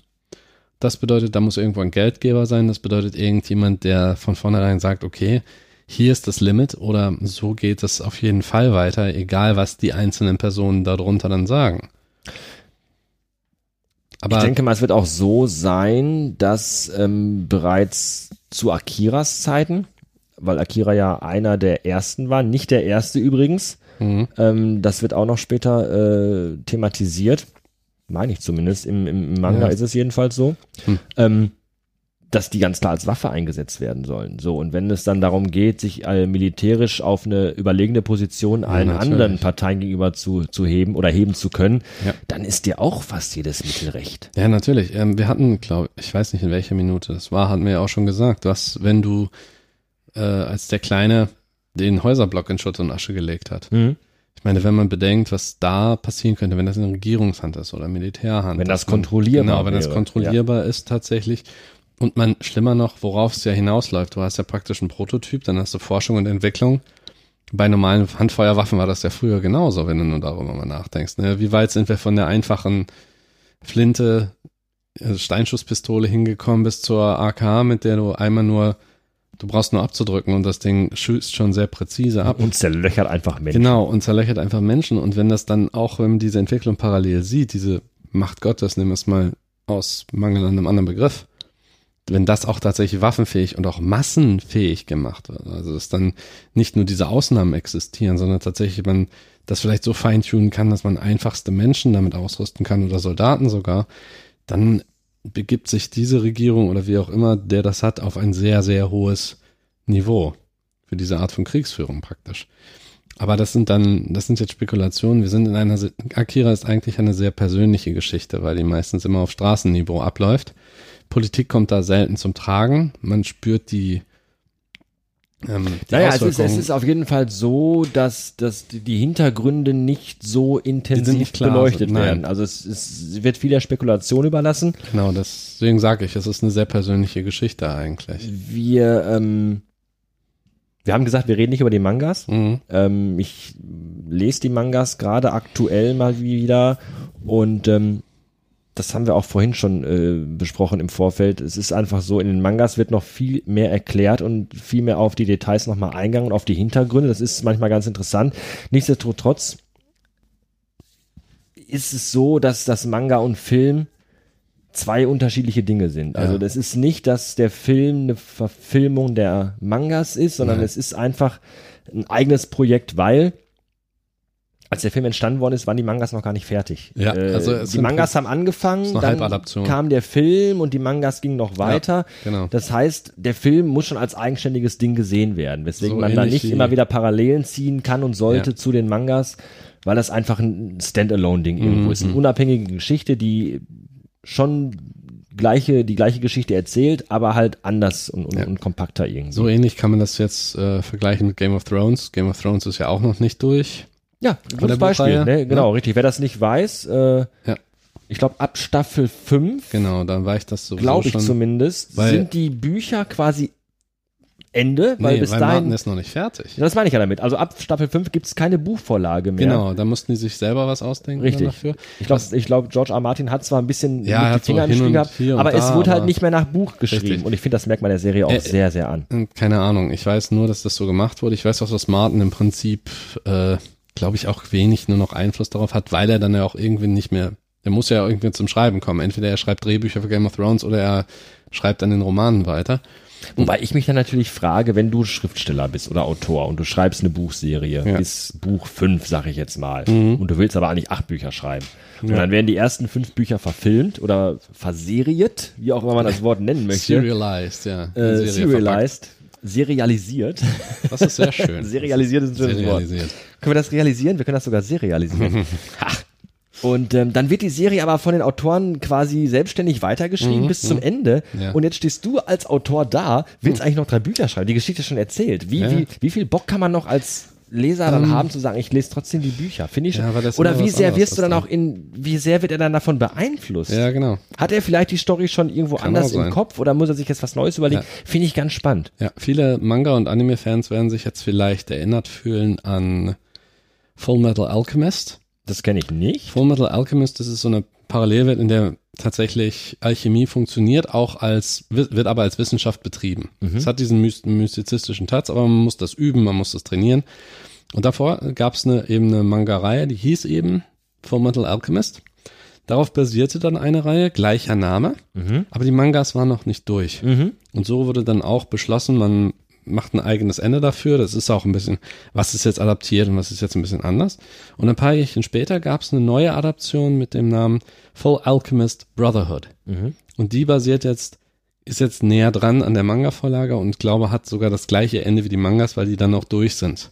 Speaker 2: Das bedeutet, da muss irgendwo ein Geldgeber sein. Das bedeutet irgendjemand, der von vornherein sagt, okay, hier ist das Limit oder so geht es auf jeden Fall weiter, egal was die einzelnen Personen darunter dann sagen. Aber
Speaker 1: ich denke mal, es wird auch so sein, dass ähm, bereits zu Akiras Zeiten, weil Akira ja einer der ersten war, nicht der erste übrigens,
Speaker 2: Mhm.
Speaker 1: ähm, das wird auch noch später äh, thematisiert, meine ich zumindest, im, im im Manga
Speaker 2: Ja.
Speaker 1: ist es jedenfalls so,
Speaker 2: Hm.
Speaker 1: ähm, dass die ganz klar als Waffe eingesetzt werden sollen. So, und wenn es dann darum geht, sich äh, militärisch auf eine überlegene Position allen
Speaker 2: natürlich.
Speaker 1: anderen Parteien gegenüber zu, zu heben oder heben zu können,
Speaker 2: Ja.
Speaker 1: dann ist dir auch fast jedes Mittel recht.
Speaker 2: Ja, natürlich. Ähm, wir hatten, glaube ich, weiß nicht in welcher Minute das war, hatten wir ja auch schon gesagt, was, wenn du äh, als der Kleine den Häuserblock in Schutt und Asche gelegt hat.
Speaker 1: Mhm.
Speaker 2: Ich meine, wenn man bedenkt, was da passieren könnte, wenn das in Regierungshand ist oder Militärhand.
Speaker 1: Wenn
Speaker 2: dass
Speaker 1: das
Speaker 2: man-
Speaker 1: kontrollierbar
Speaker 2: Genau, wenn das
Speaker 1: wäre,
Speaker 2: kontrollierbar ist tatsächlich. Und man, schlimmer noch, worauf es ja hinausläuft, du hast ja praktisch einen Prototyp, dann hast du Forschung und Entwicklung Bei normalen Handfeuerwaffen war das ja früher genauso, wenn du nur darüber mal nachdenkst. Ne? Wie weit sind wir von der einfachen Flinte, also Steinschusspistole hingekommen bis zur AK, mit der du einmal nur, du brauchst nur abzudrücken und das Ding schießt schon sehr präzise ab.
Speaker 1: Und zerlöchert einfach Menschen.
Speaker 2: Genau, und zerlöchert einfach Menschen. Und wenn das dann auch, wenn man diese Entwicklung parallel sieht, diese Macht Gottes, nehmen wir es mal aus Mangel an einem anderen Begriff, wenn das auch tatsächlich waffenfähig und auch massenfähig gemacht wird, also dass dann nicht nur diese Ausnahmen existieren, sondern tatsächlich man das vielleicht so feintunen kann, dass man einfachste Menschen damit ausrüsten kann oder Soldaten sogar, dann begibt sich diese Regierung oder wie auch immer, der das hat, auf ein sehr, sehr hohes Niveau für diese Art von Kriegsführung praktisch. Aber das sind dann, das sind jetzt Spekulationen. Wir sind in einer, Akira ist eigentlich eine sehr persönliche Geschichte, weil die meistens immer auf Straßenniveau abläuft. Politik kommt da selten zum Tragen. Man spürt die.
Speaker 1: Ähm, die naja, es ist, es ist auf jeden Fall so, dass, dass die Hintergründe nicht so intensiv
Speaker 2: nicht klar,
Speaker 1: beleuchtet
Speaker 2: also, nein.
Speaker 1: werden. Also es, es wird viel der Spekulation überlassen.
Speaker 2: Genau, deswegen sage ich, es ist eine sehr persönliche Geschichte eigentlich.
Speaker 1: Wir, ähm, wir haben gesagt, wir reden nicht über die Mangas.
Speaker 2: Mhm.
Speaker 1: Ähm, ich lese die Mangas gerade aktuell mal wieder und ähm, das haben wir auch vorhin schon äh, besprochen im Vorfeld. Es ist einfach so, in den Mangas wird noch viel mehr erklärt und viel mehr auf die Details nochmal eingegangen und auf die Hintergründe. Das ist manchmal ganz interessant. Nichtsdestotrotz ist es so, dass das Manga und Film zwei unterschiedliche Dinge sind. Also
Speaker 2: Ja.
Speaker 1: das ist nicht, dass der Film eine Verfilmung der Mangas ist, sondern
Speaker 2: Nein.
Speaker 1: es ist einfach ein eigenes Projekt, weil als der Film entstanden worden ist, waren die Mangas noch gar nicht fertig.
Speaker 2: Ja,
Speaker 1: äh,
Speaker 2: also es
Speaker 1: die
Speaker 2: sind
Speaker 1: Mangas haben angefangen,
Speaker 2: ist eine
Speaker 1: dann
Speaker 2: Halbadaption.
Speaker 1: kam der Film und die Mangas gingen noch weiter.
Speaker 2: Genau.
Speaker 1: Das heißt, der Film muss schon als eigenständiges Ding gesehen werden, weswegen
Speaker 2: So
Speaker 1: man da
Speaker 2: ähnlich
Speaker 1: nicht
Speaker 2: wie-
Speaker 1: immer wieder Parallelen ziehen kann und sollte
Speaker 2: Ja.
Speaker 1: zu den Mangas, weil das einfach ein Standalone-Ding
Speaker 2: Mhm,
Speaker 1: irgendwo ist. Eine unabhängige Geschichte, die schon gleiche, die gleiche Geschichte erzählt, aber halt anders und, und,
Speaker 2: Ja.
Speaker 1: und kompakter irgendwie.
Speaker 2: So ähnlich kann man das jetzt äh, vergleichen mit Game of Thrones. Game of Thrones ist ja auch noch nicht durch.
Speaker 1: Ja,
Speaker 2: der
Speaker 1: gutes Beispiel.
Speaker 2: Buchreihe,
Speaker 1: Ne? Genau, richtig. Wer das nicht weiß, äh,
Speaker 2: Ja.
Speaker 1: ich glaube ab Staffel 5,
Speaker 2: Genau, dann weicht das so
Speaker 1: glaube ich
Speaker 2: schon.
Speaker 1: zumindest,
Speaker 2: Weil-
Speaker 1: sind die Bücher quasi Ende, weil
Speaker 2: nee,
Speaker 1: bis
Speaker 2: weil
Speaker 1: dahin
Speaker 2: Martin ist noch nicht fertig.
Speaker 1: Ja, Das meine ich ja damit. Also ab Staffel 5 gibt's keine Buchvorlage mehr.
Speaker 2: Genau, da mussten die sich selber was ausdenken
Speaker 1: Richtig.
Speaker 2: dann dafür.
Speaker 1: Ich glaube, ich glaub, George R. Martin hat zwar ein bisschen
Speaker 2: Ja,
Speaker 1: mit
Speaker 2: er
Speaker 1: die
Speaker 2: hat so
Speaker 1: Finger im
Speaker 2: hin
Speaker 1: Spiel
Speaker 2: und
Speaker 1: gehabt,
Speaker 2: hier und
Speaker 1: aber es
Speaker 2: da,
Speaker 1: wurde halt
Speaker 2: aber-
Speaker 1: nicht mehr nach Buch geschrieben.
Speaker 2: Richtig.
Speaker 1: Und ich finde, das merkt man der Serie auch
Speaker 2: Äh,
Speaker 1: sehr, sehr an.
Speaker 2: Und Keine Ahnung, ich weiß nur, dass das so gemacht wurde. Ich weiß auch, dass Martin im Prinzip, äh, glaube ich, auch wenig nur noch Einfluss darauf hat, weil er dann ja auch irgendwie nicht mehr, er muss ja irgendwie zum Schreiben kommen. Entweder er schreibt Drehbücher für Game of Thrones oder er schreibt an den Romanen weiter.
Speaker 1: Wobei ich mich dann natürlich frage, wenn du Schriftsteller bist oder Autor und du schreibst eine Buchserie
Speaker 2: Ja. Mhm.
Speaker 1: bis Buch 5, sag ich jetzt mal, und du willst aber eigentlich acht Bücher schreiben. Und dann werden die ersten fünf Bücher verfilmt oder verseriert, wie auch immer man das Wort nennen möchte.
Speaker 2: Serialized, ja. in
Speaker 1: Äh,
Speaker 2: Serie verpackt.
Speaker 1: serialized. Serialisiert.
Speaker 2: Das ist
Speaker 1: *laughs*
Speaker 2: sehr schön.
Speaker 1: serialisiert ist ein schönes Wort.
Speaker 2: Serialisiert.
Speaker 1: Können wir das realisieren? Wir können das sogar
Speaker 2: *laughs*
Speaker 1: serialisieren. Ha. Und ähm, dann wird die Serie aber von den Autoren quasi selbstständig weitergeschrieben bis zum Ende.
Speaker 2: Mhm, Ja. Mhm.
Speaker 1: Und jetzt stehst du als Autor da, willst eigentlich noch drei Bücher schreiben, die Geschichte ist schon erzählt. Wie,
Speaker 2: Ja. Ähm.
Speaker 1: wie, wie viel Bock kann man noch als Leser dann haben zu sagen, ich lese trotzdem die Bücher, finde ich schon.
Speaker 2: Ja, weil das ist
Speaker 1: Oder
Speaker 2: immer
Speaker 1: wie
Speaker 2: was
Speaker 1: sehr
Speaker 2: anderes,
Speaker 1: wirst du
Speaker 2: was
Speaker 1: dann
Speaker 2: dann-
Speaker 1: auch in, wie sehr wird er dann davon beeinflusst?
Speaker 2: Ja, genau.
Speaker 1: Hat er vielleicht die Story schon irgendwo anders
Speaker 2: auch
Speaker 1: im
Speaker 2: sein.
Speaker 1: Kopf oder muss er sich jetzt was Neues überlegen?
Speaker 2: Ja.
Speaker 1: Finde ich ganz spannend.
Speaker 2: Ja, viele Manga- und Anime-Fans werden sich jetzt vielleicht erinnert fühlen an Full Metal Alchemist.
Speaker 1: Das kenne ich nicht.
Speaker 2: Full Metal Alchemist, das ist so eine Parallelwelt, in der tatsächlich Alchemie funktioniert, auch als, wird aber als Wissenschaft betrieben. Es hat diesen myst- mystizistischen Touch, aber man muss das üben, man muss das trainieren. Und davor gab es eine, eben eine Manga-Reihe, die hieß eben Full Metal Alchemist. Darauf basierte dann eine Reihe, gleicher Name, aber die Mangas waren noch nicht durch. Und so wurde dann auch beschlossen, man macht ein eigenes Ende dafür. Das ist auch ein bisschen, was ist jetzt adaptiert und was ist jetzt ein bisschen anders. Und ein paar Jährchen später gab es eine neue Adaption mit dem Namen Full Alchemist Brotherhood. Und die basiert jetzt, ist jetzt näher dran an der Manga-Vorlage und glaube, hat sogar das gleiche Ende wie die Mangas, weil die dann auch durch sind.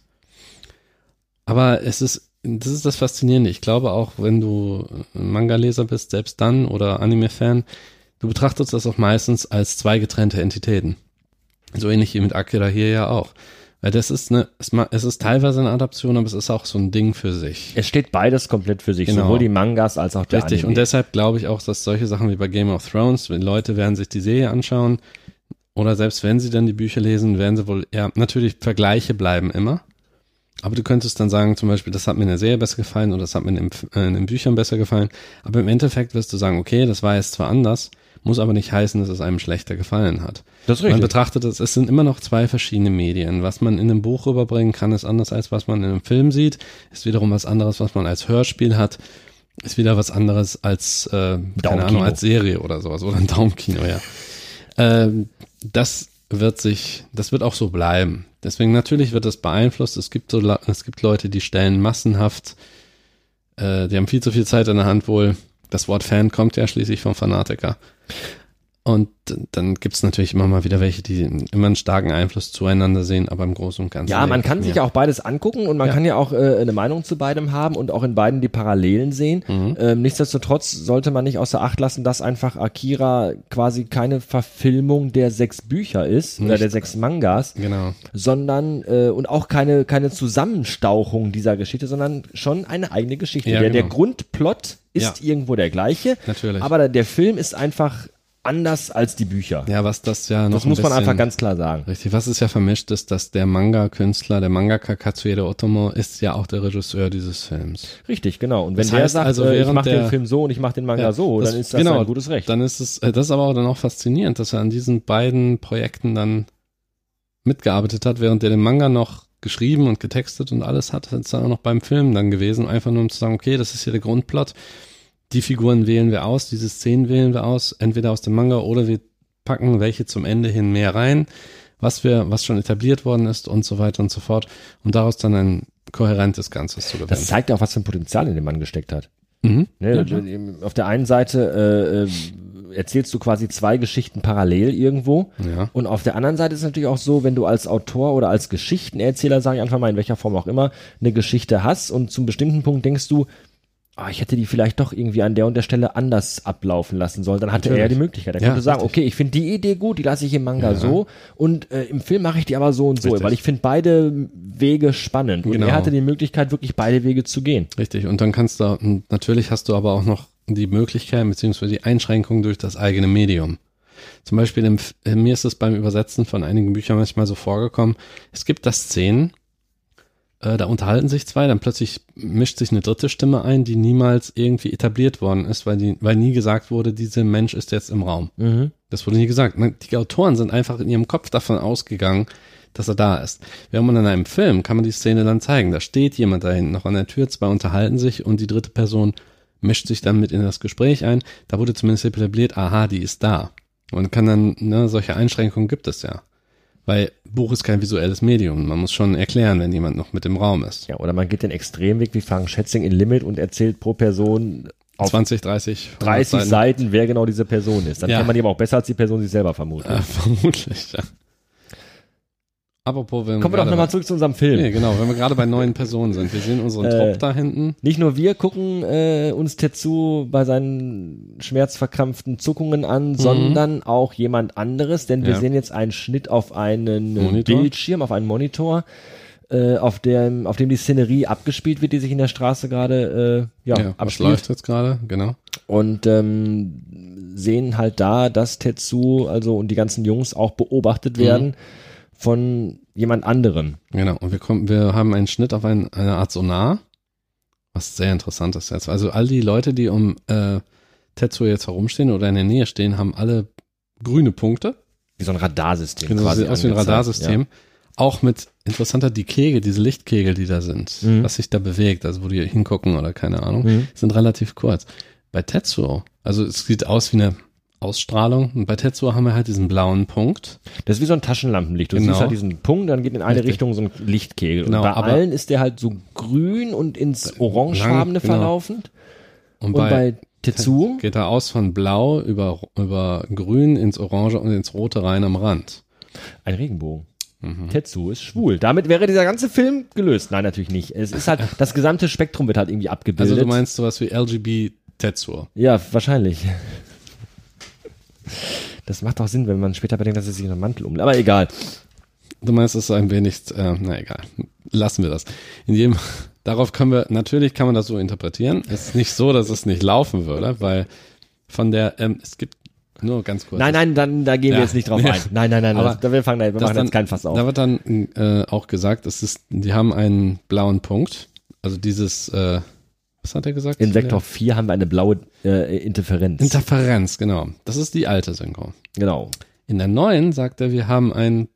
Speaker 2: Aber es ist, das ist das Faszinierende. Ich glaube auch, wenn du ein Manga-Leser bist, selbst dann oder Anime-Fan, du betrachtest das auch meistens als zwei getrennte Entitäten. So ähnlich wie mit Akira hier ja auch. Weil das ist eine, es ma- es ist teilweise eine Adaption, aber es ist auch so ein Ding für sich.
Speaker 1: Es steht beides komplett für sich,
Speaker 2: Genau.
Speaker 1: sowohl die Mangas als auch der
Speaker 2: Richtig,
Speaker 1: Anime.
Speaker 2: und deshalb glaube ich auch, dass solche Sachen wie bei Game of Thrones, wenn Leute werden sich die Serie anschauen oder selbst wenn sie dann die Bücher lesen, werden sie wohl, ja, natürlich Vergleiche bleiben immer, Aber du könntest dann sagen, zum Beispiel, das hat mir in der Serie besser gefallen oder das hat mir in, dem, äh, in den Büchern besser gefallen. Aber im Endeffekt wirst du sagen, okay, das war jetzt zwar anders, muss aber nicht heißen, dass es einem schlechter gefallen hat.
Speaker 1: Das ist
Speaker 2: Man
Speaker 1: richtig.
Speaker 2: betrachtet es, es sind immer noch zwei verschiedene Medien. Was man in einem Buch rüberbringen kann, ist anders als was man in einem Film sieht, ist wiederum was anderes, was man als Hörspiel hat, ist wieder was anderes als, äh, keine
Speaker 1: Daumenkino.
Speaker 2: Ahnung, als Serie oder sowas oder ein Daumenkino, ja. Ähm, das wird sich, das wird auch so bleiben. Deswegen natürlich wird das beeinflusst. Es gibt so, La- es gibt Leute, die stellen massenhaft, äh, die haben viel zu viel Zeit in der Hand wohl. Das Wort Fan kommt ja schließlich vom Fanatiker. Und dann gibt es natürlich immer mal wieder welche, die immer einen starken Einfluss zueinander sehen, aber im Großen und Ganzen.
Speaker 1: Ja, man kann sich
Speaker 2: auch.
Speaker 1: auch beides angucken und man
Speaker 2: Ja.
Speaker 1: kann ja auch äh, eine Meinung zu beidem haben und auch in beiden die Parallelen sehen.
Speaker 2: Mhm.
Speaker 1: Ähm, nichtsdestotrotz sollte man nicht außer Acht lassen, dass einfach Akira quasi keine Verfilmung der sechs Bücher ist oder
Speaker 2: Nicht.
Speaker 1: der sechs Mangas,
Speaker 2: Genau.
Speaker 1: sondern äh, und auch keine, keine Zusammenstauchung dieser Geschichte, sondern schon eine eigene Geschichte.
Speaker 2: Ja,
Speaker 1: der, der
Speaker 2: genau.
Speaker 1: Grundplot ist irgendwo der gleiche,
Speaker 2: Natürlich.
Speaker 1: aber der- der Film ist einfach anders als die Bücher.
Speaker 2: Ja, was das ja noch.
Speaker 1: das muss
Speaker 2: ein
Speaker 1: man
Speaker 2: bisschen-
Speaker 1: einfach ganz klar sagen.
Speaker 2: Richtig, was ist ja vermischt ist, dass der Manga-Künstler, der Mangaka Katsuhide Otomo, ist ja auch der Regisseur dieses Films.
Speaker 1: Richtig, genau. Und wenn
Speaker 2: Das
Speaker 1: der
Speaker 2: heißt
Speaker 1: sagt,
Speaker 2: also,
Speaker 1: äh, ich
Speaker 2: während
Speaker 1: mache den
Speaker 2: der-
Speaker 1: Film so und ich mache den Manga
Speaker 2: Ja,
Speaker 1: so, dann ist das
Speaker 2: genau,
Speaker 1: ein gutes Recht.
Speaker 2: Dann ist es, äh, das ist aber auch dann auch faszinierend, dass er an diesen beiden Projekten dann mitgearbeitet hat, während er den Manga noch geschrieben und getextet und alles hat, ist er auch noch beim Film dann gewesen, einfach nur um zu sagen, okay, das ist hier der Grundplot, die Figuren wählen wir aus, diese Szenen wählen wir aus, entweder aus dem Manga oder wir packen welche zum Ende hin mehr rein, was wir, was schon etabliert worden ist und so weiter und so fort, um daraus dann ein kohärentes Ganzes zu
Speaker 1: das
Speaker 2: gewinnen.
Speaker 1: zeigt ja auch, was für ein Potenzial in den Mann gesteckt hat.
Speaker 2: Mhm.
Speaker 1: Ne? Auf der einen Seite äh, äh, erzählst du quasi zwei Geschichten parallel irgendwo.
Speaker 2: Ja.
Speaker 1: Und auf der anderen Seite ist es natürlich auch so, wenn du als Autor oder als Geschichtenerzähler, sage ich einfach mal, in welcher Form auch immer, eine Geschichte hast und zum bestimmten Punkt denkst du, ah, ich hätte die vielleicht doch irgendwie an der und der Stelle anders ablaufen lassen sollen, dann hatte er ja
Speaker 2: Natürlich.
Speaker 1: die Möglichkeit. Er
Speaker 2: Ja,
Speaker 1: konnte sagen,
Speaker 2: richtig.
Speaker 1: okay, ich finde die Idee gut, die lasse ich im Manga so und äh, im Film mache ich die aber so und so,
Speaker 2: Richtig.
Speaker 1: weil ich finde beide Wege spannend. Und
Speaker 2: Genau.
Speaker 1: er hatte die Möglichkeit, wirklich beide Wege zu gehen.
Speaker 2: Richtig, und dann kannst du, und natürlich hast du aber auch noch die Möglichkeit beziehungsweise die Einschränkung durch das eigene Medium. Zum Beispiel, im, F- äh, mir ist es beim Übersetzen von einigen Büchern manchmal so vorgekommen, es gibt da Szenen, äh, da unterhalten sich zwei, dann plötzlich mischt sich eine dritte Stimme ein, die niemals irgendwie etabliert worden ist, weil, die, weil nie gesagt wurde, dieser Mensch ist jetzt im Raum. Das wurde nie gesagt. Man- Die Autoren sind einfach in ihrem Kopf davon ausgegangen, dass er da ist. Während man in einem Film kann man die Szene dann zeigen. Da steht jemand da hinten noch an der Tür, zwei unterhalten sich und die dritte Person mischt sich dann mit in das Gespräch ein. Da wurde zumindest etabliert, aha, die ist da. Und kann dann, ne, solche Einschränkungen gibt es ja. Weil Buch ist kein visuelles Medium. Man muss schon erklären, wenn jemand noch mit im Raum ist.
Speaker 1: Ja, oder man geht den Extremweg wie Frank Schätzing in Limit und erzählt pro Person auf
Speaker 2: 20, 30, 100
Speaker 1: 30 Seiten, wer genau diese Person ist. Dann
Speaker 2: Ja.
Speaker 1: kann man die aber auch besser als die Person sich selber vermuten.
Speaker 2: *laughs* Äh, vermutlich, ja. Apropos, wenn
Speaker 1: Kommen wir doch
Speaker 2: gerade
Speaker 1: nochmal zurück zu unserem Film.
Speaker 2: Nee, genau, wenn wir gerade bei neuen Personen sind. Wir sehen unseren
Speaker 1: Äh.
Speaker 2: Trop da hinten.
Speaker 1: Nicht nur wir gucken äh, uns Tetsu bei seinen schmerzverkrampften Zuckungen an, sondern auch jemand anderes, denn wir
Speaker 2: Mhm. Ja.
Speaker 1: sehen jetzt einen Schnitt auf einen äh,
Speaker 2: Monitor.
Speaker 1: Bildschirm, auf einen Monitor, äh, auf, dem, auf dem die Szenerie abgespielt wird, die sich in der Straße gerade äh, ja,
Speaker 2: Ja, was
Speaker 1: abspielt.
Speaker 2: läuft jetzt gerade? Genau.
Speaker 1: und ähm, sehen halt da, dass Tetsu also und die ganzen Jungs auch beobachtet
Speaker 2: Mhm.
Speaker 1: werden von jemand anderem.
Speaker 2: Genau. Und wir kommen, wir haben einen Schnitt auf ein, eine Art Sonar, was sehr interessant ist jetzt. Also all die Leute, die um äh, Tetsuo jetzt herumstehen oder in der Nähe stehen, haben alle grüne Punkte.
Speaker 1: Wie so ein Radarsystem
Speaker 2: Genau,
Speaker 1: quasi.
Speaker 2: sieht aus wie ein
Speaker 1: angezeigt,
Speaker 2: Radarsystem. Auch mit interessanter die Kegel, diese Lichtkegel, die da sind,
Speaker 1: Mhm.
Speaker 2: was sich da bewegt, also wo die hingucken oder keine Ahnung,
Speaker 1: Mhm.
Speaker 2: sind relativ kurz. Bei Tetsuo, also es sieht aus wie eine Ausstrahlung und bei Tetsuo haben wir halt diesen blauen Punkt.
Speaker 1: Ja. Das ist wie so ein Taschenlampenlicht. Du
Speaker 2: Genau.
Speaker 1: siehst halt diesen Punkt, dann geht in eine
Speaker 2: Richtig.
Speaker 1: Richtung so ein Lichtkegel.
Speaker 2: Genau,
Speaker 1: und bei
Speaker 2: aber-
Speaker 1: allen ist der halt so grün und ins orangefarbene
Speaker 2: Lang- genau.
Speaker 1: verlaufend.
Speaker 2: Und,
Speaker 1: Und bei, Tetsu
Speaker 2: geht er aus von blau über, über grün ins orange und ins rote rein am Rand.
Speaker 1: ein Regenbogen.
Speaker 2: Mhm.
Speaker 1: Tetsu ist schwul. Damit wäre dieser ganze Film gelöst. Nein, natürlich nicht. Es ist halt, das gesamte Spektrum wird halt irgendwie abgebildet.
Speaker 2: Also du meinst sowas wie LGB Tetsuo.
Speaker 1: Ja, wahrscheinlich. Das macht auch Sinn, wenn man später bedenkt, dass er sich in einem Mantel umlegt. Aber egal.
Speaker 2: Du meinst, es ist ein wenig, äh, na egal, lassen wir das. In jedem, darauf können wir, natürlich kann man das so interpretieren. Es ist nicht so, dass es nicht laufen würde, weil von der, ähm, es gibt Nur ganz kurz.
Speaker 1: Nein, nein, dann, da gehen
Speaker 2: Ja.
Speaker 1: wir jetzt nicht drauf ein. Nein, nein, nein,
Speaker 2: Aber
Speaker 1: das, wir fangen da, wir
Speaker 2: das
Speaker 1: machen
Speaker 2: dann-
Speaker 1: jetzt kein Fass auf.
Speaker 2: Da wird dann äh, auch gesagt, es ist, die haben einen blauen Punkt. Also dieses, äh, was hat er gesagt?
Speaker 1: In Sektor 4 haben wir eine blaue äh, Interferenz.
Speaker 2: Interferenz, genau. Das ist die alte Synchro.
Speaker 1: genau.
Speaker 2: In der neuen sagt er, wir haben ein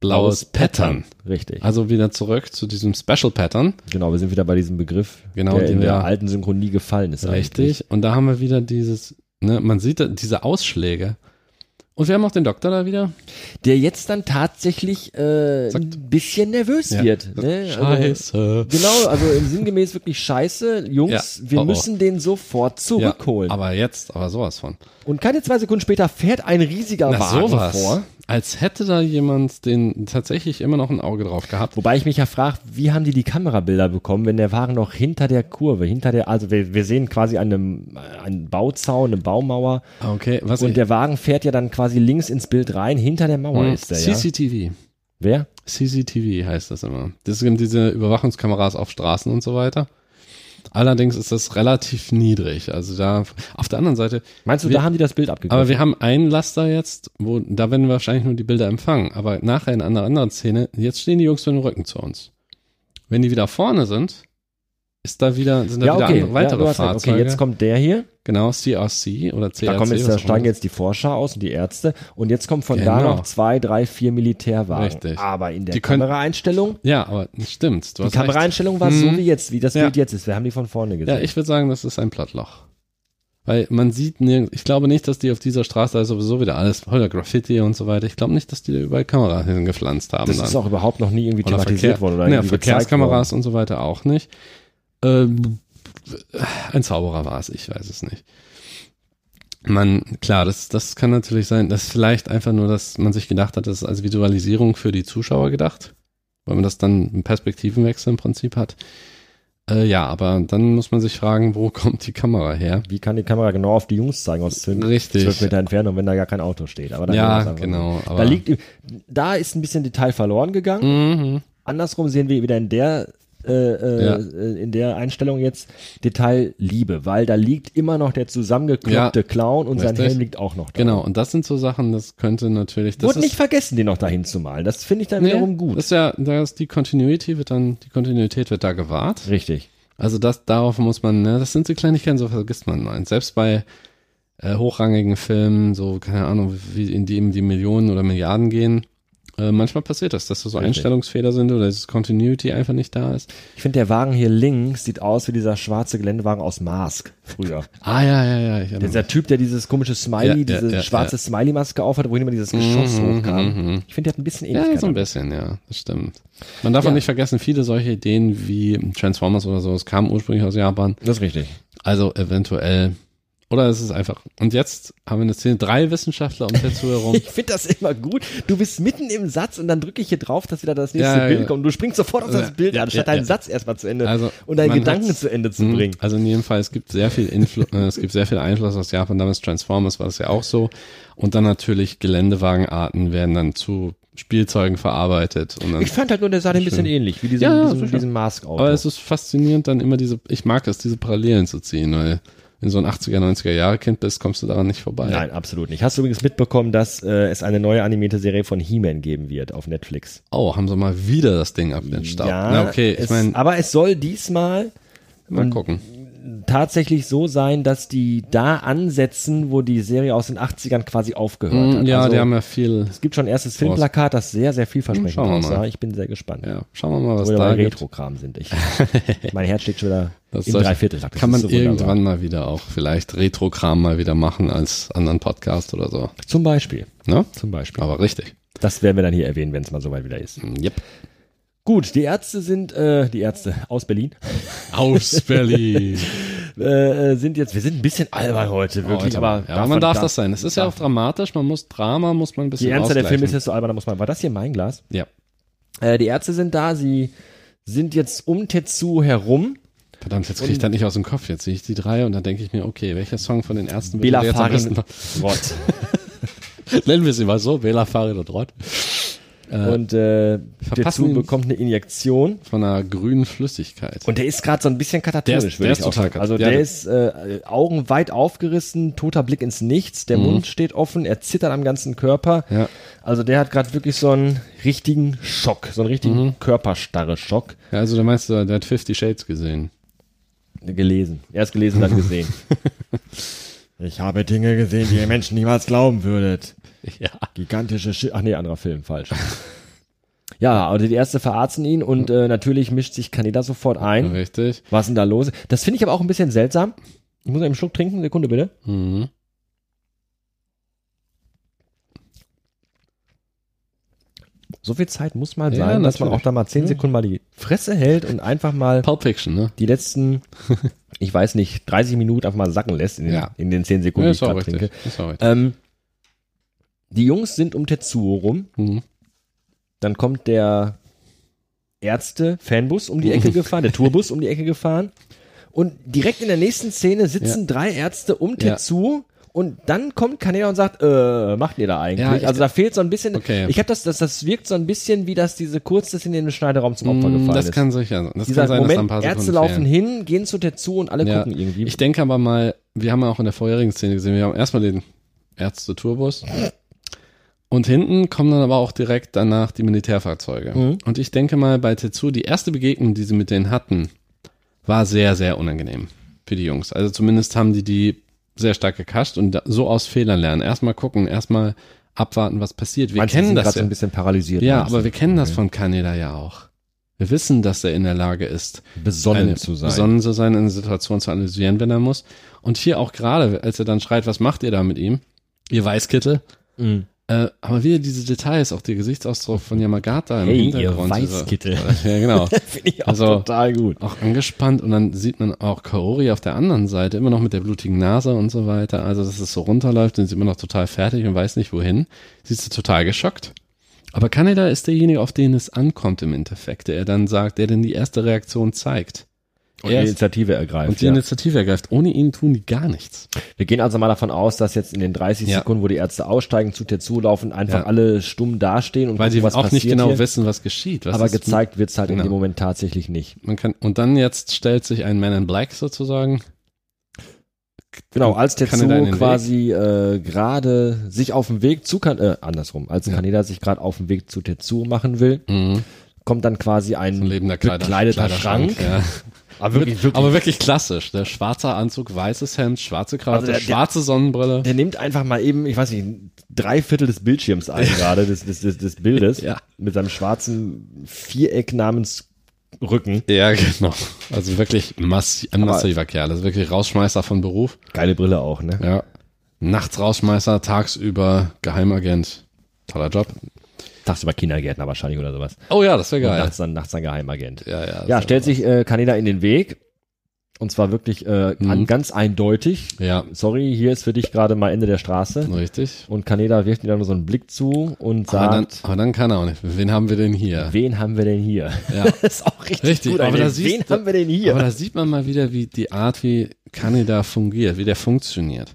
Speaker 2: blaues Pattern.
Speaker 1: Richtig.
Speaker 2: Also wieder zurück zu diesem Special Pattern.
Speaker 1: Genau, wir sind wieder bei diesem Begriff,
Speaker 2: Genau,
Speaker 1: der
Speaker 2: den
Speaker 1: in der
Speaker 2: wir-
Speaker 1: alten Synchronie gefallen ist. eigentlich.
Speaker 2: Richtig. Und da haben wir wieder dieses, ne, man sieht da diese Ausschläge. Und wir haben auch den Doktor da wieder.
Speaker 1: Der jetzt dann tatsächlich äh,
Speaker 2: Sagt-
Speaker 1: ein bisschen nervös
Speaker 2: Ja.
Speaker 1: wird. Ne? Also,
Speaker 2: Scheiße.
Speaker 1: genau, also im sinngemäß wirklich scheiße. Jungs,
Speaker 2: Ja.
Speaker 1: wir
Speaker 2: Oh, oh.
Speaker 1: müssen den sofort
Speaker 2: Ja,
Speaker 1: zurückholen.
Speaker 2: aber jetzt, aber sowas von.
Speaker 1: Und keine zwei Sekunden später fährt ein riesiger
Speaker 2: Na,
Speaker 1: Wagen
Speaker 2: sowas.
Speaker 1: vor.
Speaker 2: Als hätte da jemand den tatsächlich immer noch ein Auge drauf gehabt.
Speaker 1: Wobei ich mich ja frage, wie haben die die Kamerabilder bekommen, wenn der Wagen noch hinter der Kurve, hinter der, also wir, wir sehen quasi einen, einen Bauzaun, eine Baumauer
Speaker 2: Okay, was
Speaker 1: und der Wagen fährt ja dann quasi links ins Bild rein, hinter der Mauer
Speaker 2: Hm,
Speaker 1: ist der, ja?
Speaker 2: CCTV.
Speaker 1: Wer?
Speaker 2: CCTV heißt das immer. Das sind diese Überwachungskameras auf Straßen und so weiter. Allerdings ist das relativ niedrig. Also da, auf der anderen Seite,
Speaker 1: Meinst du,
Speaker 2: Wir-
Speaker 1: da haben die das Bild
Speaker 2: aber
Speaker 1: abgegriffen?
Speaker 2: wir haben einen Laster jetzt, wo, da werden wir wahrscheinlich nur die Bilder empfangen. Aber nachher in einer anderen Szene, jetzt stehen die Jungs mit dem Rücken zu uns. Wenn die wieder vorne sind, ist da wieder, sind da wieder andere, weitere
Speaker 1: du hast recht.
Speaker 2: Fahrzeuge.
Speaker 1: okay, jetzt kommt der hier,
Speaker 2: Genau, CRC oder CRC.
Speaker 1: da, kommen jetzt,
Speaker 2: was
Speaker 1: da
Speaker 2: auch immer.
Speaker 1: steigen jetzt die Forscher aus und die Ärzte und jetzt kommen von da
Speaker 2: Genau.
Speaker 1: noch zwei, drei, vier Militärwagen.
Speaker 2: Richtig.
Speaker 1: Aber in der
Speaker 2: Die können-
Speaker 1: Kameraeinstellung,
Speaker 2: Ja, aber stimmt. Du
Speaker 1: die
Speaker 2: hast recht. Mhm.
Speaker 1: Kameraeinstellung war so wie jetzt, wie das
Speaker 2: Ja.
Speaker 1: Bild jetzt ist. Wir haben die von vorne gesehen.
Speaker 2: Ja, ich würde sagen, das ist ein Plattloch. Weil man sieht nirgends, ich glaube nicht, dass die auf dieser Straße, da ist sowieso wieder alles voller Graffiti und so weiter. Ich glaube nicht, dass die da überall Kamera hingepflanzt haben.
Speaker 1: das
Speaker 2: dann.
Speaker 1: ist auch überhaupt noch nie irgendwie
Speaker 2: Oder
Speaker 1: thematisiert
Speaker 2: Verkehr-
Speaker 1: worden. Oder
Speaker 2: ja,
Speaker 1: irgendwie gezeigt
Speaker 2: Verkehrskameras und so weiter auch nicht. Ähm, ein Zauberer war es, ich weiß es nicht. Man, klar, das, das kann natürlich sein, dass vielleicht einfach nur, dass man sich gedacht hat, das ist als Visualisierung für die Zuschauer gedacht, weil man das dann einen Perspektivenwechsel im Prinzip hat. Äh, ja, aber dann muss man sich fragen, wo *laughs* kommt die Kamera her?
Speaker 1: Wie kann die Kamera genau auf die Jungs zeigen aus 10,
Speaker 2: Richtig.
Speaker 1: 12 Meter Entfernung, wenn da gar kein Auto steht? Aber da kann
Speaker 2: Ja,
Speaker 1: man sagen,
Speaker 2: genau.
Speaker 1: Da liegt, da ist ein bisschen Detail verloren gegangen.
Speaker 2: Mhm.
Speaker 1: Andersrum sehen wir wieder in der äh, äh,
Speaker 2: Ja.
Speaker 1: äh, in der Einstellung jetzt Detail Liebe, weil da liegt immer noch der zusammengekloppte
Speaker 2: Ja.
Speaker 1: Clown und sein
Speaker 2: Richtig.
Speaker 1: Helm liegt auch noch da.
Speaker 2: Genau, und das sind so Sachen, das könnte natürlich. Das
Speaker 1: Wurde
Speaker 2: ist,
Speaker 1: nicht vergessen, den noch dahin zu malen. Das finde ich dann
Speaker 2: Nee,
Speaker 1: wiederum gut.
Speaker 2: Das ist ja, da ist die Continuity wird dann, die Kontinuität wird da gewahrt.
Speaker 1: Richtig.
Speaker 2: Also das, darauf muss man, ne, das sind so Kleinigkeiten, so vergisst man mal. Selbst bei äh, hochrangigen Filmen, so, keine Ahnung, wie in die eben die Millionen oder Milliarden gehen, äh, manchmal passiert das, dass da so
Speaker 1: Richtig.
Speaker 2: Einstellungsfehler sind oder das Continuity einfach nicht da ist.
Speaker 1: Ich finde, der Wagen hier links sieht aus wie dieser schwarze Geländewagen aus Mask früher.
Speaker 2: Ah, ja, ja, ja. Ich erinnere
Speaker 1: Dieser Typ, *laughs* der dieses komische
Speaker 2: Ja,
Speaker 1: Smiley,
Speaker 2: ja,
Speaker 1: diese
Speaker 2: ja, Mhm,
Speaker 1: schwarze Smiley-Maske aufhatte, wohin immer dieses Geschoss hochkam. Ich finde, der hat ein bisschen Ähnlichkeit.
Speaker 2: Ja, so ein bisschen, ja, das stimmt. Man darf auch nicht vergessen, viele solche Ideen wie Transformers oder so, es kam ursprünglich aus Japan.
Speaker 1: Das ist richtig.
Speaker 2: Also eventuell. Oder es ist einfach. Und jetzt haben wir eine Szene, drei Wissenschaftler um
Speaker 1: *laughs*
Speaker 2: Tetsuo herum.
Speaker 1: Ich finde das immer gut. Du bist mitten im Satz und dann drücke ich hier drauf, dass wieder das nächste
Speaker 2: Ja, ja,
Speaker 1: Bild
Speaker 2: ja.
Speaker 1: kommt. Du springst sofort auf das
Speaker 2: Ja,
Speaker 1: Bild
Speaker 2: ja,
Speaker 1: anstatt
Speaker 2: ja,
Speaker 1: deinen
Speaker 2: ja.
Speaker 1: Satz erstmal zu Ende
Speaker 2: Also,
Speaker 1: und deinen
Speaker 2: man
Speaker 1: Gedanken
Speaker 2: hat's-
Speaker 1: zu Ende zu bringen.
Speaker 2: Also in jedem Fall, es gibt sehr viel Influ äh, es gibt sehr viel Einfluss aus Japan. Damals Transformers war das ja auch so. Und dann natürlich Geländewagenarten werden dann zu Spielzeugen verarbeitet. Und dann,
Speaker 1: Ich fand halt nur, der sah dem ein bisschen ähnlich, wie diesen,
Speaker 2: Ja, ja,
Speaker 1: diesen,
Speaker 2: sicher.
Speaker 1: diesen Mask-Auto.
Speaker 2: aber es ist faszinierend, dann immer diese, ich mag es, diese Parallelen zu ziehen, weil wenn du so ein 80er, 90er Jahre Kind bist, kommst du daran nicht vorbei.
Speaker 1: Nein, absolut nicht. Hast du übrigens mitbekommen, dass äh, es eine neue animierte Serie von He-Man geben wird auf Netflix?
Speaker 2: Oh, haben sie mal wieder das Ding ab den Staub. Na, okay, ich
Speaker 1: es,
Speaker 2: meine,
Speaker 1: aber es soll diesmal
Speaker 2: mal gucken.
Speaker 1: tatsächlich so sein, dass die da ansetzen, wo die Serie aus den 80ern quasi aufgehört hat.
Speaker 2: Mm, Ja,
Speaker 1: also,
Speaker 2: die haben ja viel
Speaker 1: es gibt schon ein erstes Filmplakat, das sehr, sehr vielversprechend
Speaker 2: Schauen wir
Speaker 1: aussah.
Speaker 2: mal.
Speaker 1: Ich bin sehr gespannt.
Speaker 2: Ja, schauen wir mal, was
Speaker 1: Wo wir
Speaker 2: da
Speaker 1: bei
Speaker 2: gibt.
Speaker 1: Retro-Kram sind.
Speaker 2: *laughs*
Speaker 1: Ich, mein Herz schlägt schon wieder
Speaker 2: Das
Speaker 1: im
Speaker 2: soll-
Speaker 1: Dreivierteltakt. Das
Speaker 2: Kann man
Speaker 1: ist so wunderbar.
Speaker 2: irgendwann mal wieder auch vielleicht Retro-Kram mal wieder machen als anderen Podcast oder so.
Speaker 1: Zum Beispiel.
Speaker 2: Ne?
Speaker 1: Zum Beispiel.
Speaker 2: Aber richtig.
Speaker 1: Das werden wir dann hier erwähnen, wenn es mal soweit wieder ist.
Speaker 2: Yep.
Speaker 1: Gut, die Ärzte sind, äh, die Ärzte aus Berlin,
Speaker 2: *laughs* Aus Berlin.
Speaker 1: äh, äh, sind jetzt, wir sind ein bisschen albern heute, wirklich,
Speaker 2: Alter,
Speaker 1: aber,
Speaker 2: Oh, ja, aber man darf das sein. Es ist ja auch dramatisch. Man muss Drama, muss man ein bisschen
Speaker 1: Je ernster der Film ist,
Speaker 2: ausgleichen.
Speaker 1: desto alberner muss man. War das hier mein Glas?
Speaker 2: Ja.
Speaker 1: Äh, die Ärzte sind da, sie sind jetzt um Tetsu herum.
Speaker 2: Verdammt, jetzt kriege ich das nicht aus dem Kopf. Jetzt sehe ich die drei und dann denke ich mir, okay, welcher Song von den Ärzten
Speaker 1: Bela
Speaker 2: jetzt am *laughs*
Speaker 1: Farin.
Speaker 2: besten?
Speaker 1: Rott.
Speaker 2: Nennen wir sie mal so, Bela Farin und Rott. Äh,
Speaker 1: *laughs* und äh,
Speaker 2: verpassen
Speaker 1: dazu
Speaker 2: ihn-
Speaker 1: bekommt eine Injektion.
Speaker 2: von einer grünen Flüssigkeit.
Speaker 1: Und der ist gerade so ein bisschen
Speaker 2: Der
Speaker 1: katatonisch,
Speaker 2: ist- der
Speaker 1: würde
Speaker 2: ist
Speaker 1: ich auch
Speaker 2: total
Speaker 1: sagen. Also
Speaker 2: katat- ja,
Speaker 1: der
Speaker 2: der-
Speaker 1: ist äh, Augen weit aufgerissen, toter Blick ins Nichts, der Mund steht offen, er zittert am ganzen Körper.
Speaker 2: Mhm. Ja.
Speaker 1: Also der hat gerade wirklich so einen richtigen Schock, so einen richtigen
Speaker 2: Mhm.
Speaker 1: Körperstarre-Schock
Speaker 2: ja, also da meinst du, der hat 50 Shades gesehen.
Speaker 1: gelesen. Erst gelesen, dann gesehen.
Speaker 2: *laughs*
Speaker 1: ich habe Dinge gesehen, die ihr Menschen niemals glauben würdet.
Speaker 2: Ja.
Speaker 1: Gigantische Schi Ach nee, anderer Film, falsch. ja, also die Ärzte verarzten ihn und äh, natürlich mischt sich Kaneda sofort ein.
Speaker 2: Richtig.
Speaker 1: Was ist denn da los? Das finde ich aber auch ein bisschen seltsam. Ich muss einen Schluck trinken, Sekunde bitte.
Speaker 2: Mhm.
Speaker 1: So viel Zeit muss mal
Speaker 2: Ja,
Speaker 1: sein, dass man
Speaker 2: natürlich.
Speaker 1: auch da mal zehn Sekunden mal die Fresse hält und einfach mal
Speaker 2: Pulp Fiction, ne?
Speaker 1: die
Speaker 2: *laughs*
Speaker 1: letzten, ich weiß nicht, 30 Minuten einfach mal sacken lässt in den,
Speaker 2: Ja.
Speaker 1: in den zehn Sekunden,
Speaker 2: Ja,
Speaker 1: die ich
Speaker 2: ist auch
Speaker 1: gerade
Speaker 2: richtig.
Speaker 1: trinke.
Speaker 2: Ist auch richtig.
Speaker 1: Ähm, die Jungs sind um Tetsuo rum.
Speaker 2: Mhm.
Speaker 1: Dann kommt der Ärzte-Fanbus um die
Speaker 2: *laughs*
Speaker 1: Ecke gefahren, der Tourbus um die Ecke gefahren. Und direkt in der nächsten Szene sitzen drei Ärzte um
Speaker 2: Ja.
Speaker 1: Tetsuo. Und dann kommt Kaneda und sagt, äh, macht ihr da eigentlich?
Speaker 2: Ja, ich-
Speaker 1: also da fehlt so ein bisschen,
Speaker 2: Okay.
Speaker 1: ich habe das, das, das wirkt so ein bisschen wie, dass diese kurze Szene in den Schneideraum zum Opfer gefallen
Speaker 2: Mm, Das
Speaker 1: ist.
Speaker 2: kann sicher sein. Das
Speaker 1: Dieser
Speaker 2: kann sein, dass da ein
Speaker 1: Moment,
Speaker 2: paar Sekunden
Speaker 1: Ärzte laufen
Speaker 2: fehlen.
Speaker 1: hin, gehen zu Tetsuo und alle
Speaker 2: Ja.
Speaker 1: gucken irgendwie.
Speaker 2: Ich denke aber mal, wir haben ja auch in der vorherigen Szene gesehen, wir haben erstmal den Ärzte-Tourbus. Und hinten kommen dann aber auch direkt danach die Militärfahrzeuge.
Speaker 1: Mhm.
Speaker 2: Und ich denke mal, bei Tetsu, die erste Begegnung, die sie mit denen hatten, war sehr, sehr unangenehm für die Jungs. Also zumindest haben die die sehr stark gekascht und da- so aus Fehlern lernen. Erstmal gucken, erstmal abwarten, was passiert. Wir
Speaker 1: Manche
Speaker 2: kennen
Speaker 1: sind
Speaker 2: das
Speaker 1: grad so
Speaker 2: ja.
Speaker 1: ein bisschen paralysiert.
Speaker 2: Ja,
Speaker 1: meinst du?
Speaker 2: aber wir kennen das von Kaneda ja auch. Wir wissen, dass er in der Lage ist,
Speaker 1: besonnen
Speaker 2: eine-
Speaker 1: zu sein.
Speaker 2: Besonnen zu sein, eine Situation zu analysieren, wenn er muss. Und hier auch gerade, als er dann schreit, was macht ihr da mit ihm? Ihr Weißkittel.
Speaker 1: Mhm.
Speaker 2: Äh, aber wieder diese Details, auch der Gesichtsausdruck von Yamagata im
Speaker 1: Hey, ihr
Speaker 2: Hintergrund. diese-
Speaker 1: Weißkittel.
Speaker 2: *laughs* Ja, genau.
Speaker 1: *laughs* Finde ich auch
Speaker 2: Also-
Speaker 1: total gut.
Speaker 2: auch angespannt und dann sieht man auch Kaori auf der anderen Seite immer noch mit der blutigen Nase und so weiter. Also, dass es so runterläuft, dann ist sie immer noch total fertig und weiß nicht wohin. Sie ist total geschockt. Aber Kaneda ist derjenige, auf den es ankommt im Endeffekt, der dann sagt, der denn die erste Reaktion zeigt.
Speaker 1: Und
Speaker 2: Er
Speaker 1: die
Speaker 2: ist-
Speaker 1: Initiative ergreift.
Speaker 2: Und die
Speaker 1: Oh, ja.
Speaker 2: Initiative ergreift. Ohne ihn tun die gar nichts.
Speaker 1: Wir gehen also mal davon aus, dass jetzt in den 30
Speaker 2: Ja.
Speaker 1: Sekunden, wo die Ärzte aussteigen, zu dir zulaufen, einfach
Speaker 2: Ja.
Speaker 1: alle stumm dastehen und
Speaker 2: Weil sie
Speaker 1: gucken, was
Speaker 2: auch
Speaker 1: passiert
Speaker 2: nicht genau
Speaker 1: hier.
Speaker 2: wissen, was geschieht. Was
Speaker 1: Aber
Speaker 2: ist-
Speaker 1: gezeigt wird's halt in
Speaker 2: Genau.
Speaker 1: dem Moment tatsächlich nicht.
Speaker 2: Man kann, und dann jetzt stellt sich ein Man in Black sozusagen.
Speaker 1: Genau, als
Speaker 2: Kaneda in
Speaker 1: Tetsuo
Speaker 2: den Weg.
Speaker 1: quasi äh, gerade sich auf den Weg zu kan äh, andersrum, als Kaneda sich gerade auf den Weg zu Tetsuo machen will,
Speaker 2: Mhm.
Speaker 1: kommt dann quasi ein,
Speaker 2: Ein lebender Kleider,
Speaker 1: bekleideter Schrank.
Speaker 2: Ja.
Speaker 1: Aber wirklich, wirklich.
Speaker 2: Aber wirklich klassisch. Der schwarze Anzug, weißes Hemd, schwarze Krawatte,
Speaker 1: Also der- der-
Speaker 2: schwarze Sonnenbrille.
Speaker 1: der nimmt einfach mal eben, ich weiß nicht, drei Viertel des Bildschirms ein gerade, des, des, des, des Bildes,
Speaker 2: Ja.
Speaker 1: mit seinem schwarzen Viereck namens Rücken.
Speaker 2: ja, genau. Also wirklich massi ein massiver Kerl. Also wirklich Rausschmeißer von Beruf.
Speaker 1: Geile Brille auch, ne?
Speaker 2: Ja. Nachts Rausschmeißer, tagsüber Geheimagent. Toller Job.
Speaker 1: Tagsüber Kindergärtner wahrscheinlich oder sowas.
Speaker 2: Oh ja, das wäre
Speaker 1: Und
Speaker 2: geil.
Speaker 1: nachts dann, nachts dann Geheimagent.
Speaker 2: Ja, ja.
Speaker 1: ja, stellt sich äh, Kaneda in den Weg. Und zwar wirklich äh,
Speaker 2: Mhm.
Speaker 1: an, ganz eindeutig.
Speaker 2: Ja,
Speaker 1: Sorry, hier ist für dich gerade mal Ende der Straße.
Speaker 2: richtig.
Speaker 1: Und Kaneda wirft ihm dann nur so einen Blick zu und
Speaker 2: Aber dann,
Speaker 1: sagt,
Speaker 2: aber dann kann er auch nicht. Wen haben wir denn hier?
Speaker 1: wen haben wir denn hier?
Speaker 2: Ja.
Speaker 1: Das *laughs* ist auch richtig,
Speaker 2: Richtig,
Speaker 1: gut.
Speaker 2: aber
Speaker 1: Alter.
Speaker 2: da siehst
Speaker 1: wen
Speaker 2: du-
Speaker 1: haben wir denn hier?
Speaker 2: Aber da sieht man mal wieder, wie die Art, wie Kaneda fungiert, wie der funktioniert.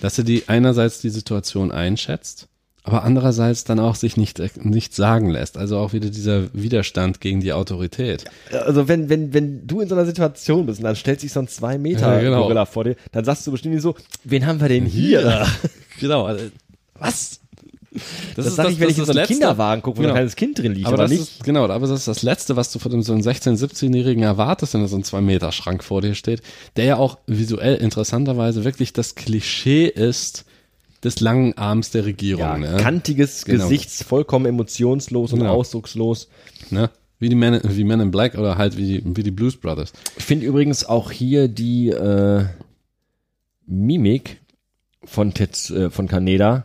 Speaker 2: Dass er die einerseits die Situation einschätzt, aber andererseits dann auch sich nicht, äh, nicht sagen lässt. Also auch wieder dieser Widerstand gegen die Autorität.
Speaker 1: Also wenn, wenn, wenn du in so einer Situation bist und dann stellt sich so ein 2 Meter
Speaker 2: Ja, genau. Mhm.
Speaker 1: Gorilla vor dir, dann sagst du bestimmt nicht so, wen haben wir denn hier?
Speaker 2: Genau. also, Was?
Speaker 1: Das, sag ich, wenn ich in so einen
Speaker 2: Letzte.
Speaker 1: Kinderwagen gucke, wo
Speaker 2: Genau.
Speaker 1: ein kleines Kind drin liegt,
Speaker 2: Aber,
Speaker 1: aber,
Speaker 2: das
Speaker 1: nicht.
Speaker 2: ist, genau, aber das ist das Letzte, was du von so einem 16-, 17-Jährigen erwartest, wenn da so ein 2-Meter-Schrank vor dir steht, der ja auch visuell interessanterweise wirklich das Klischee ist des langen Arms der Regierung.
Speaker 1: ja,
Speaker 2: ne?
Speaker 1: kantiges
Speaker 2: Genau.
Speaker 1: Gesichts, vollkommen emotionslos und
Speaker 2: Genau.
Speaker 1: ausdruckslos.
Speaker 2: Ne? Wie die Men, wie Men in Black oder halt wie die, wie die Blues Brothers.
Speaker 1: Ich finde übrigens auch hier die äh, Mimik von Tetz, äh, von Kaneda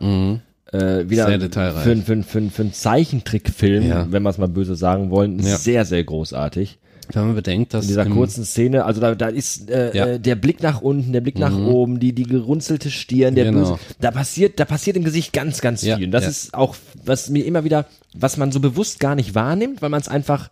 Speaker 1: äh, wieder
Speaker 2: Sehr detailreich.
Speaker 1: Für, für, für, für einen Zeichentrickfilm,
Speaker 2: Ja.
Speaker 1: wenn wir es mal böse sagen wollen,
Speaker 2: Ja.
Speaker 1: sehr, sehr großartig.
Speaker 2: Wenn man bedenkt, dass
Speaker 1: In dieser
Speaker 2: im-
Speaker 1: kurzen Szene, also da, da ist äh,
Speaker 2: Ja. Mhm.
Speaker 1: äh, der Blick nach unten, der Blick nach oben, die, die gerunzelte Stirn, der
Speaker 2: Genau.
Speaker 1: Bluse, da passiert, da passiert im Gesicht ganz, ganz
Speaker 2: Ja,
Speaker 1: viel. Und das
Speaker 2: ja.
Speaker 1: ist auch, was mir immer wieder, was man so bewusst gar nicht wahrnimmt, weil man es einfach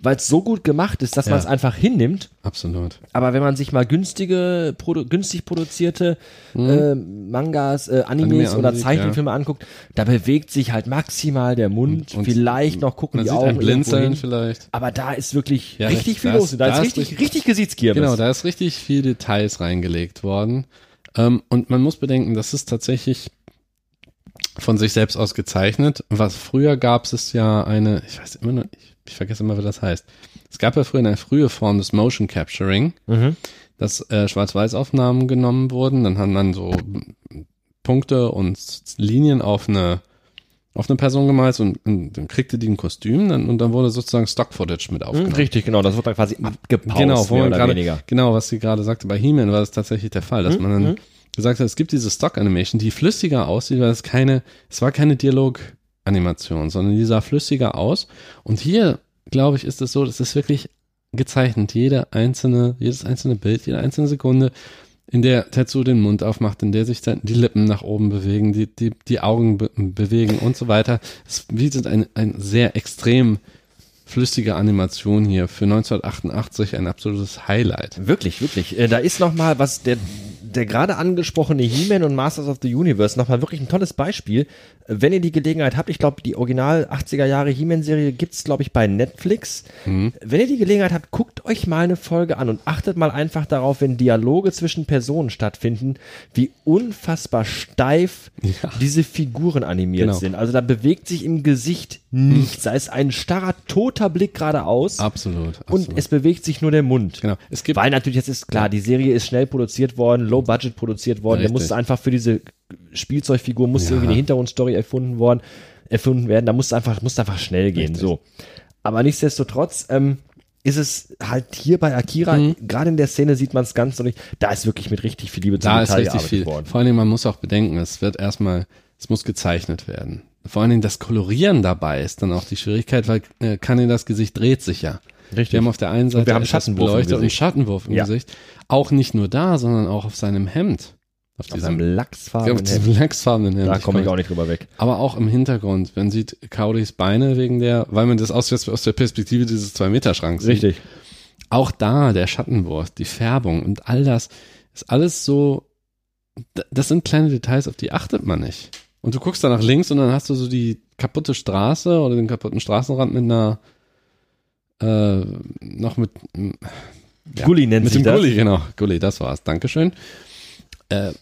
Speaker 1: weil es so gut gemacht ist, dass
Speaker 2: Ja.
Speaker 1: man es einfach hinnimmt.
Speaker 2: Absolut.
Speaker 1: Aber wenn man sich mal günstige, produ günstig produzierte äh, Mangas, äh, Animes
Speaker 2: Mhm. Anime
Speaker 1: oder
Speaker 2: an sich,
Speaker 1: Zeichenfilme anguckt, da bewegt sich halt maximal der Mund.
Speaker 2: Und-
Speaker 1: vielleicht noch gucken
Speaker 2: Man
Speaker 1: die
Speaker 2: sieht
Speaker 1: Augen
Speaker 2: ein Blinzeln
Speaker 1: irgendwo hin.
Speaker 2: vielleicht.
Speaker 1: Aber da ist wirklich
Speaker 2: Ja,
Speaker 1: richtig
Speaker 2: das-
Speaker 1: viel
Speaker 2: das-
Speaker 1: los. Da
Speaker 2: das
Speaker 1: ist
Speaker 2: ist
Speaker 1: richtig,
Speaker 2: richtig-
Speaker 1: richtig Gesichtskirmes.
Speaker 2: Genau, da ist richtig viel Details reingelegt worden. Ähm, und man muss bedenken, das ist tatsächlich von sich selbst aus gezeichnet. Was früher gab es ja eine, ich weiß immer noch, ich, ich vergesse immer, wie das heißt. Es gab ja früher eine frühe Form des Motion Capturing,
Speaker 1: Mhm.
Speaker 2: dass äh, Schwarz-Weiß-Aufnahmen genommen wurden. Dann haben dann so Punkte und Linien auf eine auf eine Person gemalt und, und dann kriegte die ein Kostüm dann, und dann wurde sozusagen Stock-Footage mit
Speaker 1: Mhm,
Speaker 2: aufgenommen.
Speaker 1: Richtig, genau. Das wird dann quasi abgepaust,
Speaker 2: Genau, wo
Speaker 1: mehr
Speaker 2: man
Speaker 1: oder
Speaker 2: gerade-
Speaker 1: weniger. Hm?
Speaker 2: Genau, was sie gerade sagte, bei He-Man war das tatsächlich der Fall, dass man dann gesagt hat, es gibt diese Stock-Animation, die flüssiger aussieht, weil es keine, es war keine Dialog-Animation, sondern die sah flüssiger aus. Und hier, glaube ich, ist es so, das ist wirklich gezeichnet, jede einzelne, jedes einzelne Bild, jede einzelne Sekunde, in der Tetsu den Mund aufmacht, in der sich dann die Lippen nach oben bewegen, die, die, die Augen be bewegen und so weiter. Es bietet ein, ein sehr extrem flüssige Animation hier für 1988 ein absolutes Highlight.
Speaker 1: Wirklich, wirklich. Äh, Da ist nochmal was, der, der gerade angesprochene He-Man und Masters of the Universe, nochmal wirklich ein tolles Beispiel. Äh, Wenn ihr die Gelegenheit habt, ich glaube, die Original 80er Jahre He-Man-Serie gibt's glaube ich, bei Netflix.
Speaker 2: Mhm.
Speaker 1: Wenn ihr die Gelegenheit habt, guckt euch mal eine Folge an und achtet mal einfach darauf, wenn Dialoge zwischen Personen stattfinden, wie unfassbar steif diese Figuren animiert
Speaker 2: Genau.
Speaker 1: sind. Also da bewegt sich im Gesicht nichts. Da ist ein starrer, toter Blick geradeaus.
Speaker 2: Absolut.
Speaker 1: Und es bewegt sich nur der Mund.
Speaker 2: Genau. Es gibt-
Speaker 1: Weil natürlich, jetzt ist klar, die Serie ist schnell produziert worden, low budget produziert worden. Da
Speaker 2: Richtig.
Speaker 1: musste einfach für diese Spielzeugfigur musste
Speaker 2: Ja.
Speaker 1: irgendwie eine Hintergrundstory erfunden worden, erfunden werden. Da musste einfach, musste einfach schnell gehen.
Speaker 2: Richtig.
Speaker 1: So. Aber nichtsdestotrotz ähm, ist es halt hier bei Akira,
Speaker 2: Mhm.
Speaker 1: gerade in der Szene sieht man es ganz deutlich, da ist wirklich mit richtig viel Liebe zum
Speaker 2: da ist
Speaker 1: Detail
Speaker 2: richtig
Speaker 1: gearbeitet
Speaker 2: viel.
Speaker 1: worden.
Speaker 2: Vor allem, man muss auch bedenken, es wird erstmal, es muss gezeichnet werden. Vor allem das Kolorieren dabei ist dann auch die Schwierigkeit, weil äh, Kanedas Gesicht dreht sich ja.
Speaker 1: Richtig.
Speaker 2: Wir haben auf der einen Seite
Speaker 1: wir haben
Speaker 2: etwas
Speaker 1: Schattenwurf im
Speaker 2: beleuchtet und
Speaker 1: Gesicht.
Speaker 2: Schattenwurf im
Speaker 1: Ja.
Speaker 2: Gesicht. Auch nicht nur da, sondern auch auf seinem Hemd. Auf,
Speaker 1: Auf seinem
Speaker 2: diesem, auf
Speaker 1: Lachsfarben.
Speaker 2: diesem lachsfarbenen Hemd.
Speaker 1: Da komme ich
Speaker 2: komm-
Speaker 1: auch nicht drüber weg.
Speaker 2: Aber auch im Hintergrund, man sieht Caudis Beine wegen der, weil man das aus, aus der Perspektive dieses Zwei-Meter-Schranks sieht.
Speaker 1: Richtig.
Speaker 2: Auch da der Schattenwurf, die Färbung und all das ist alles so, d- das sind kleine Details, auf die achtet man nicht. Und du guckst da nach links und dann hast du so die kaputte Straße oder den kaputten Straßenrand mit einer, äh, noch mit, Ja,
Speaker 1: Gulli nennt
Speaker 2: mit
Speaker 1: sich
Speaker 2: dem
Speaker 1: das.
Speaker 2: Gulli, genau. Gulli, das war's. Dankeschön. Äh,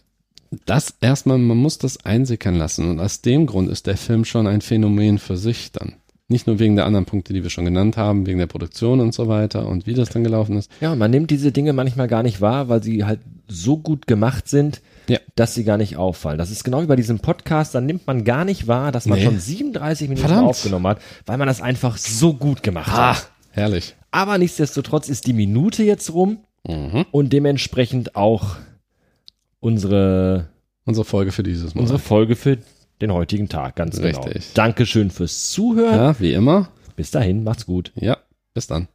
Speaker 2: das erstmal, man muss das einsickern lassen. Und aus dem Grund ist der Film schon ein Phänomen für sich dann. Nicht nur wegen der anderen Punkte, die wir schon genannt haben, wegen der Produktion und so weiter und wie das dann gelaufen ist.
Speaker 1: Ja, man nimmt diese Dinge manchmal gar nicht wahr, weil sie halt so gut gemacht sind,
Speaker 2: Ja.
Speaker 1: dass sie gar nicht auffallen. Das ist genau wie bei diesem Podcast, dann nimmt man gar nicht wahr, dass man
Speaker 2: Nee.
Speaker 1: schon 37 Minuten
Speaker 2: Verdammt. Ah.
Speaker 1: aufgenommen hat, weil man das einfach so gut gemacht hat.
Speaker 2: Herrlich.
Speaker 1: Aber nichtsdestotrotz ist die Minute jetzt rum
Speaker 2: Mhm.
Speaker 1: und dementsprechend auch unsere,
Speaker 2: Unsere Folge für dieses Mal.
Speaker 1: unsere Folge für den heutigen Tag, ganz genau.
Speaker 2: Richtig.
Speaker 1: Dankeschön fürs Zuhören.
Speaker 2: ja, wie immer.
Speaker 1: Bis dahin, macht's gut.
Speaker 2: Ja, bis dann.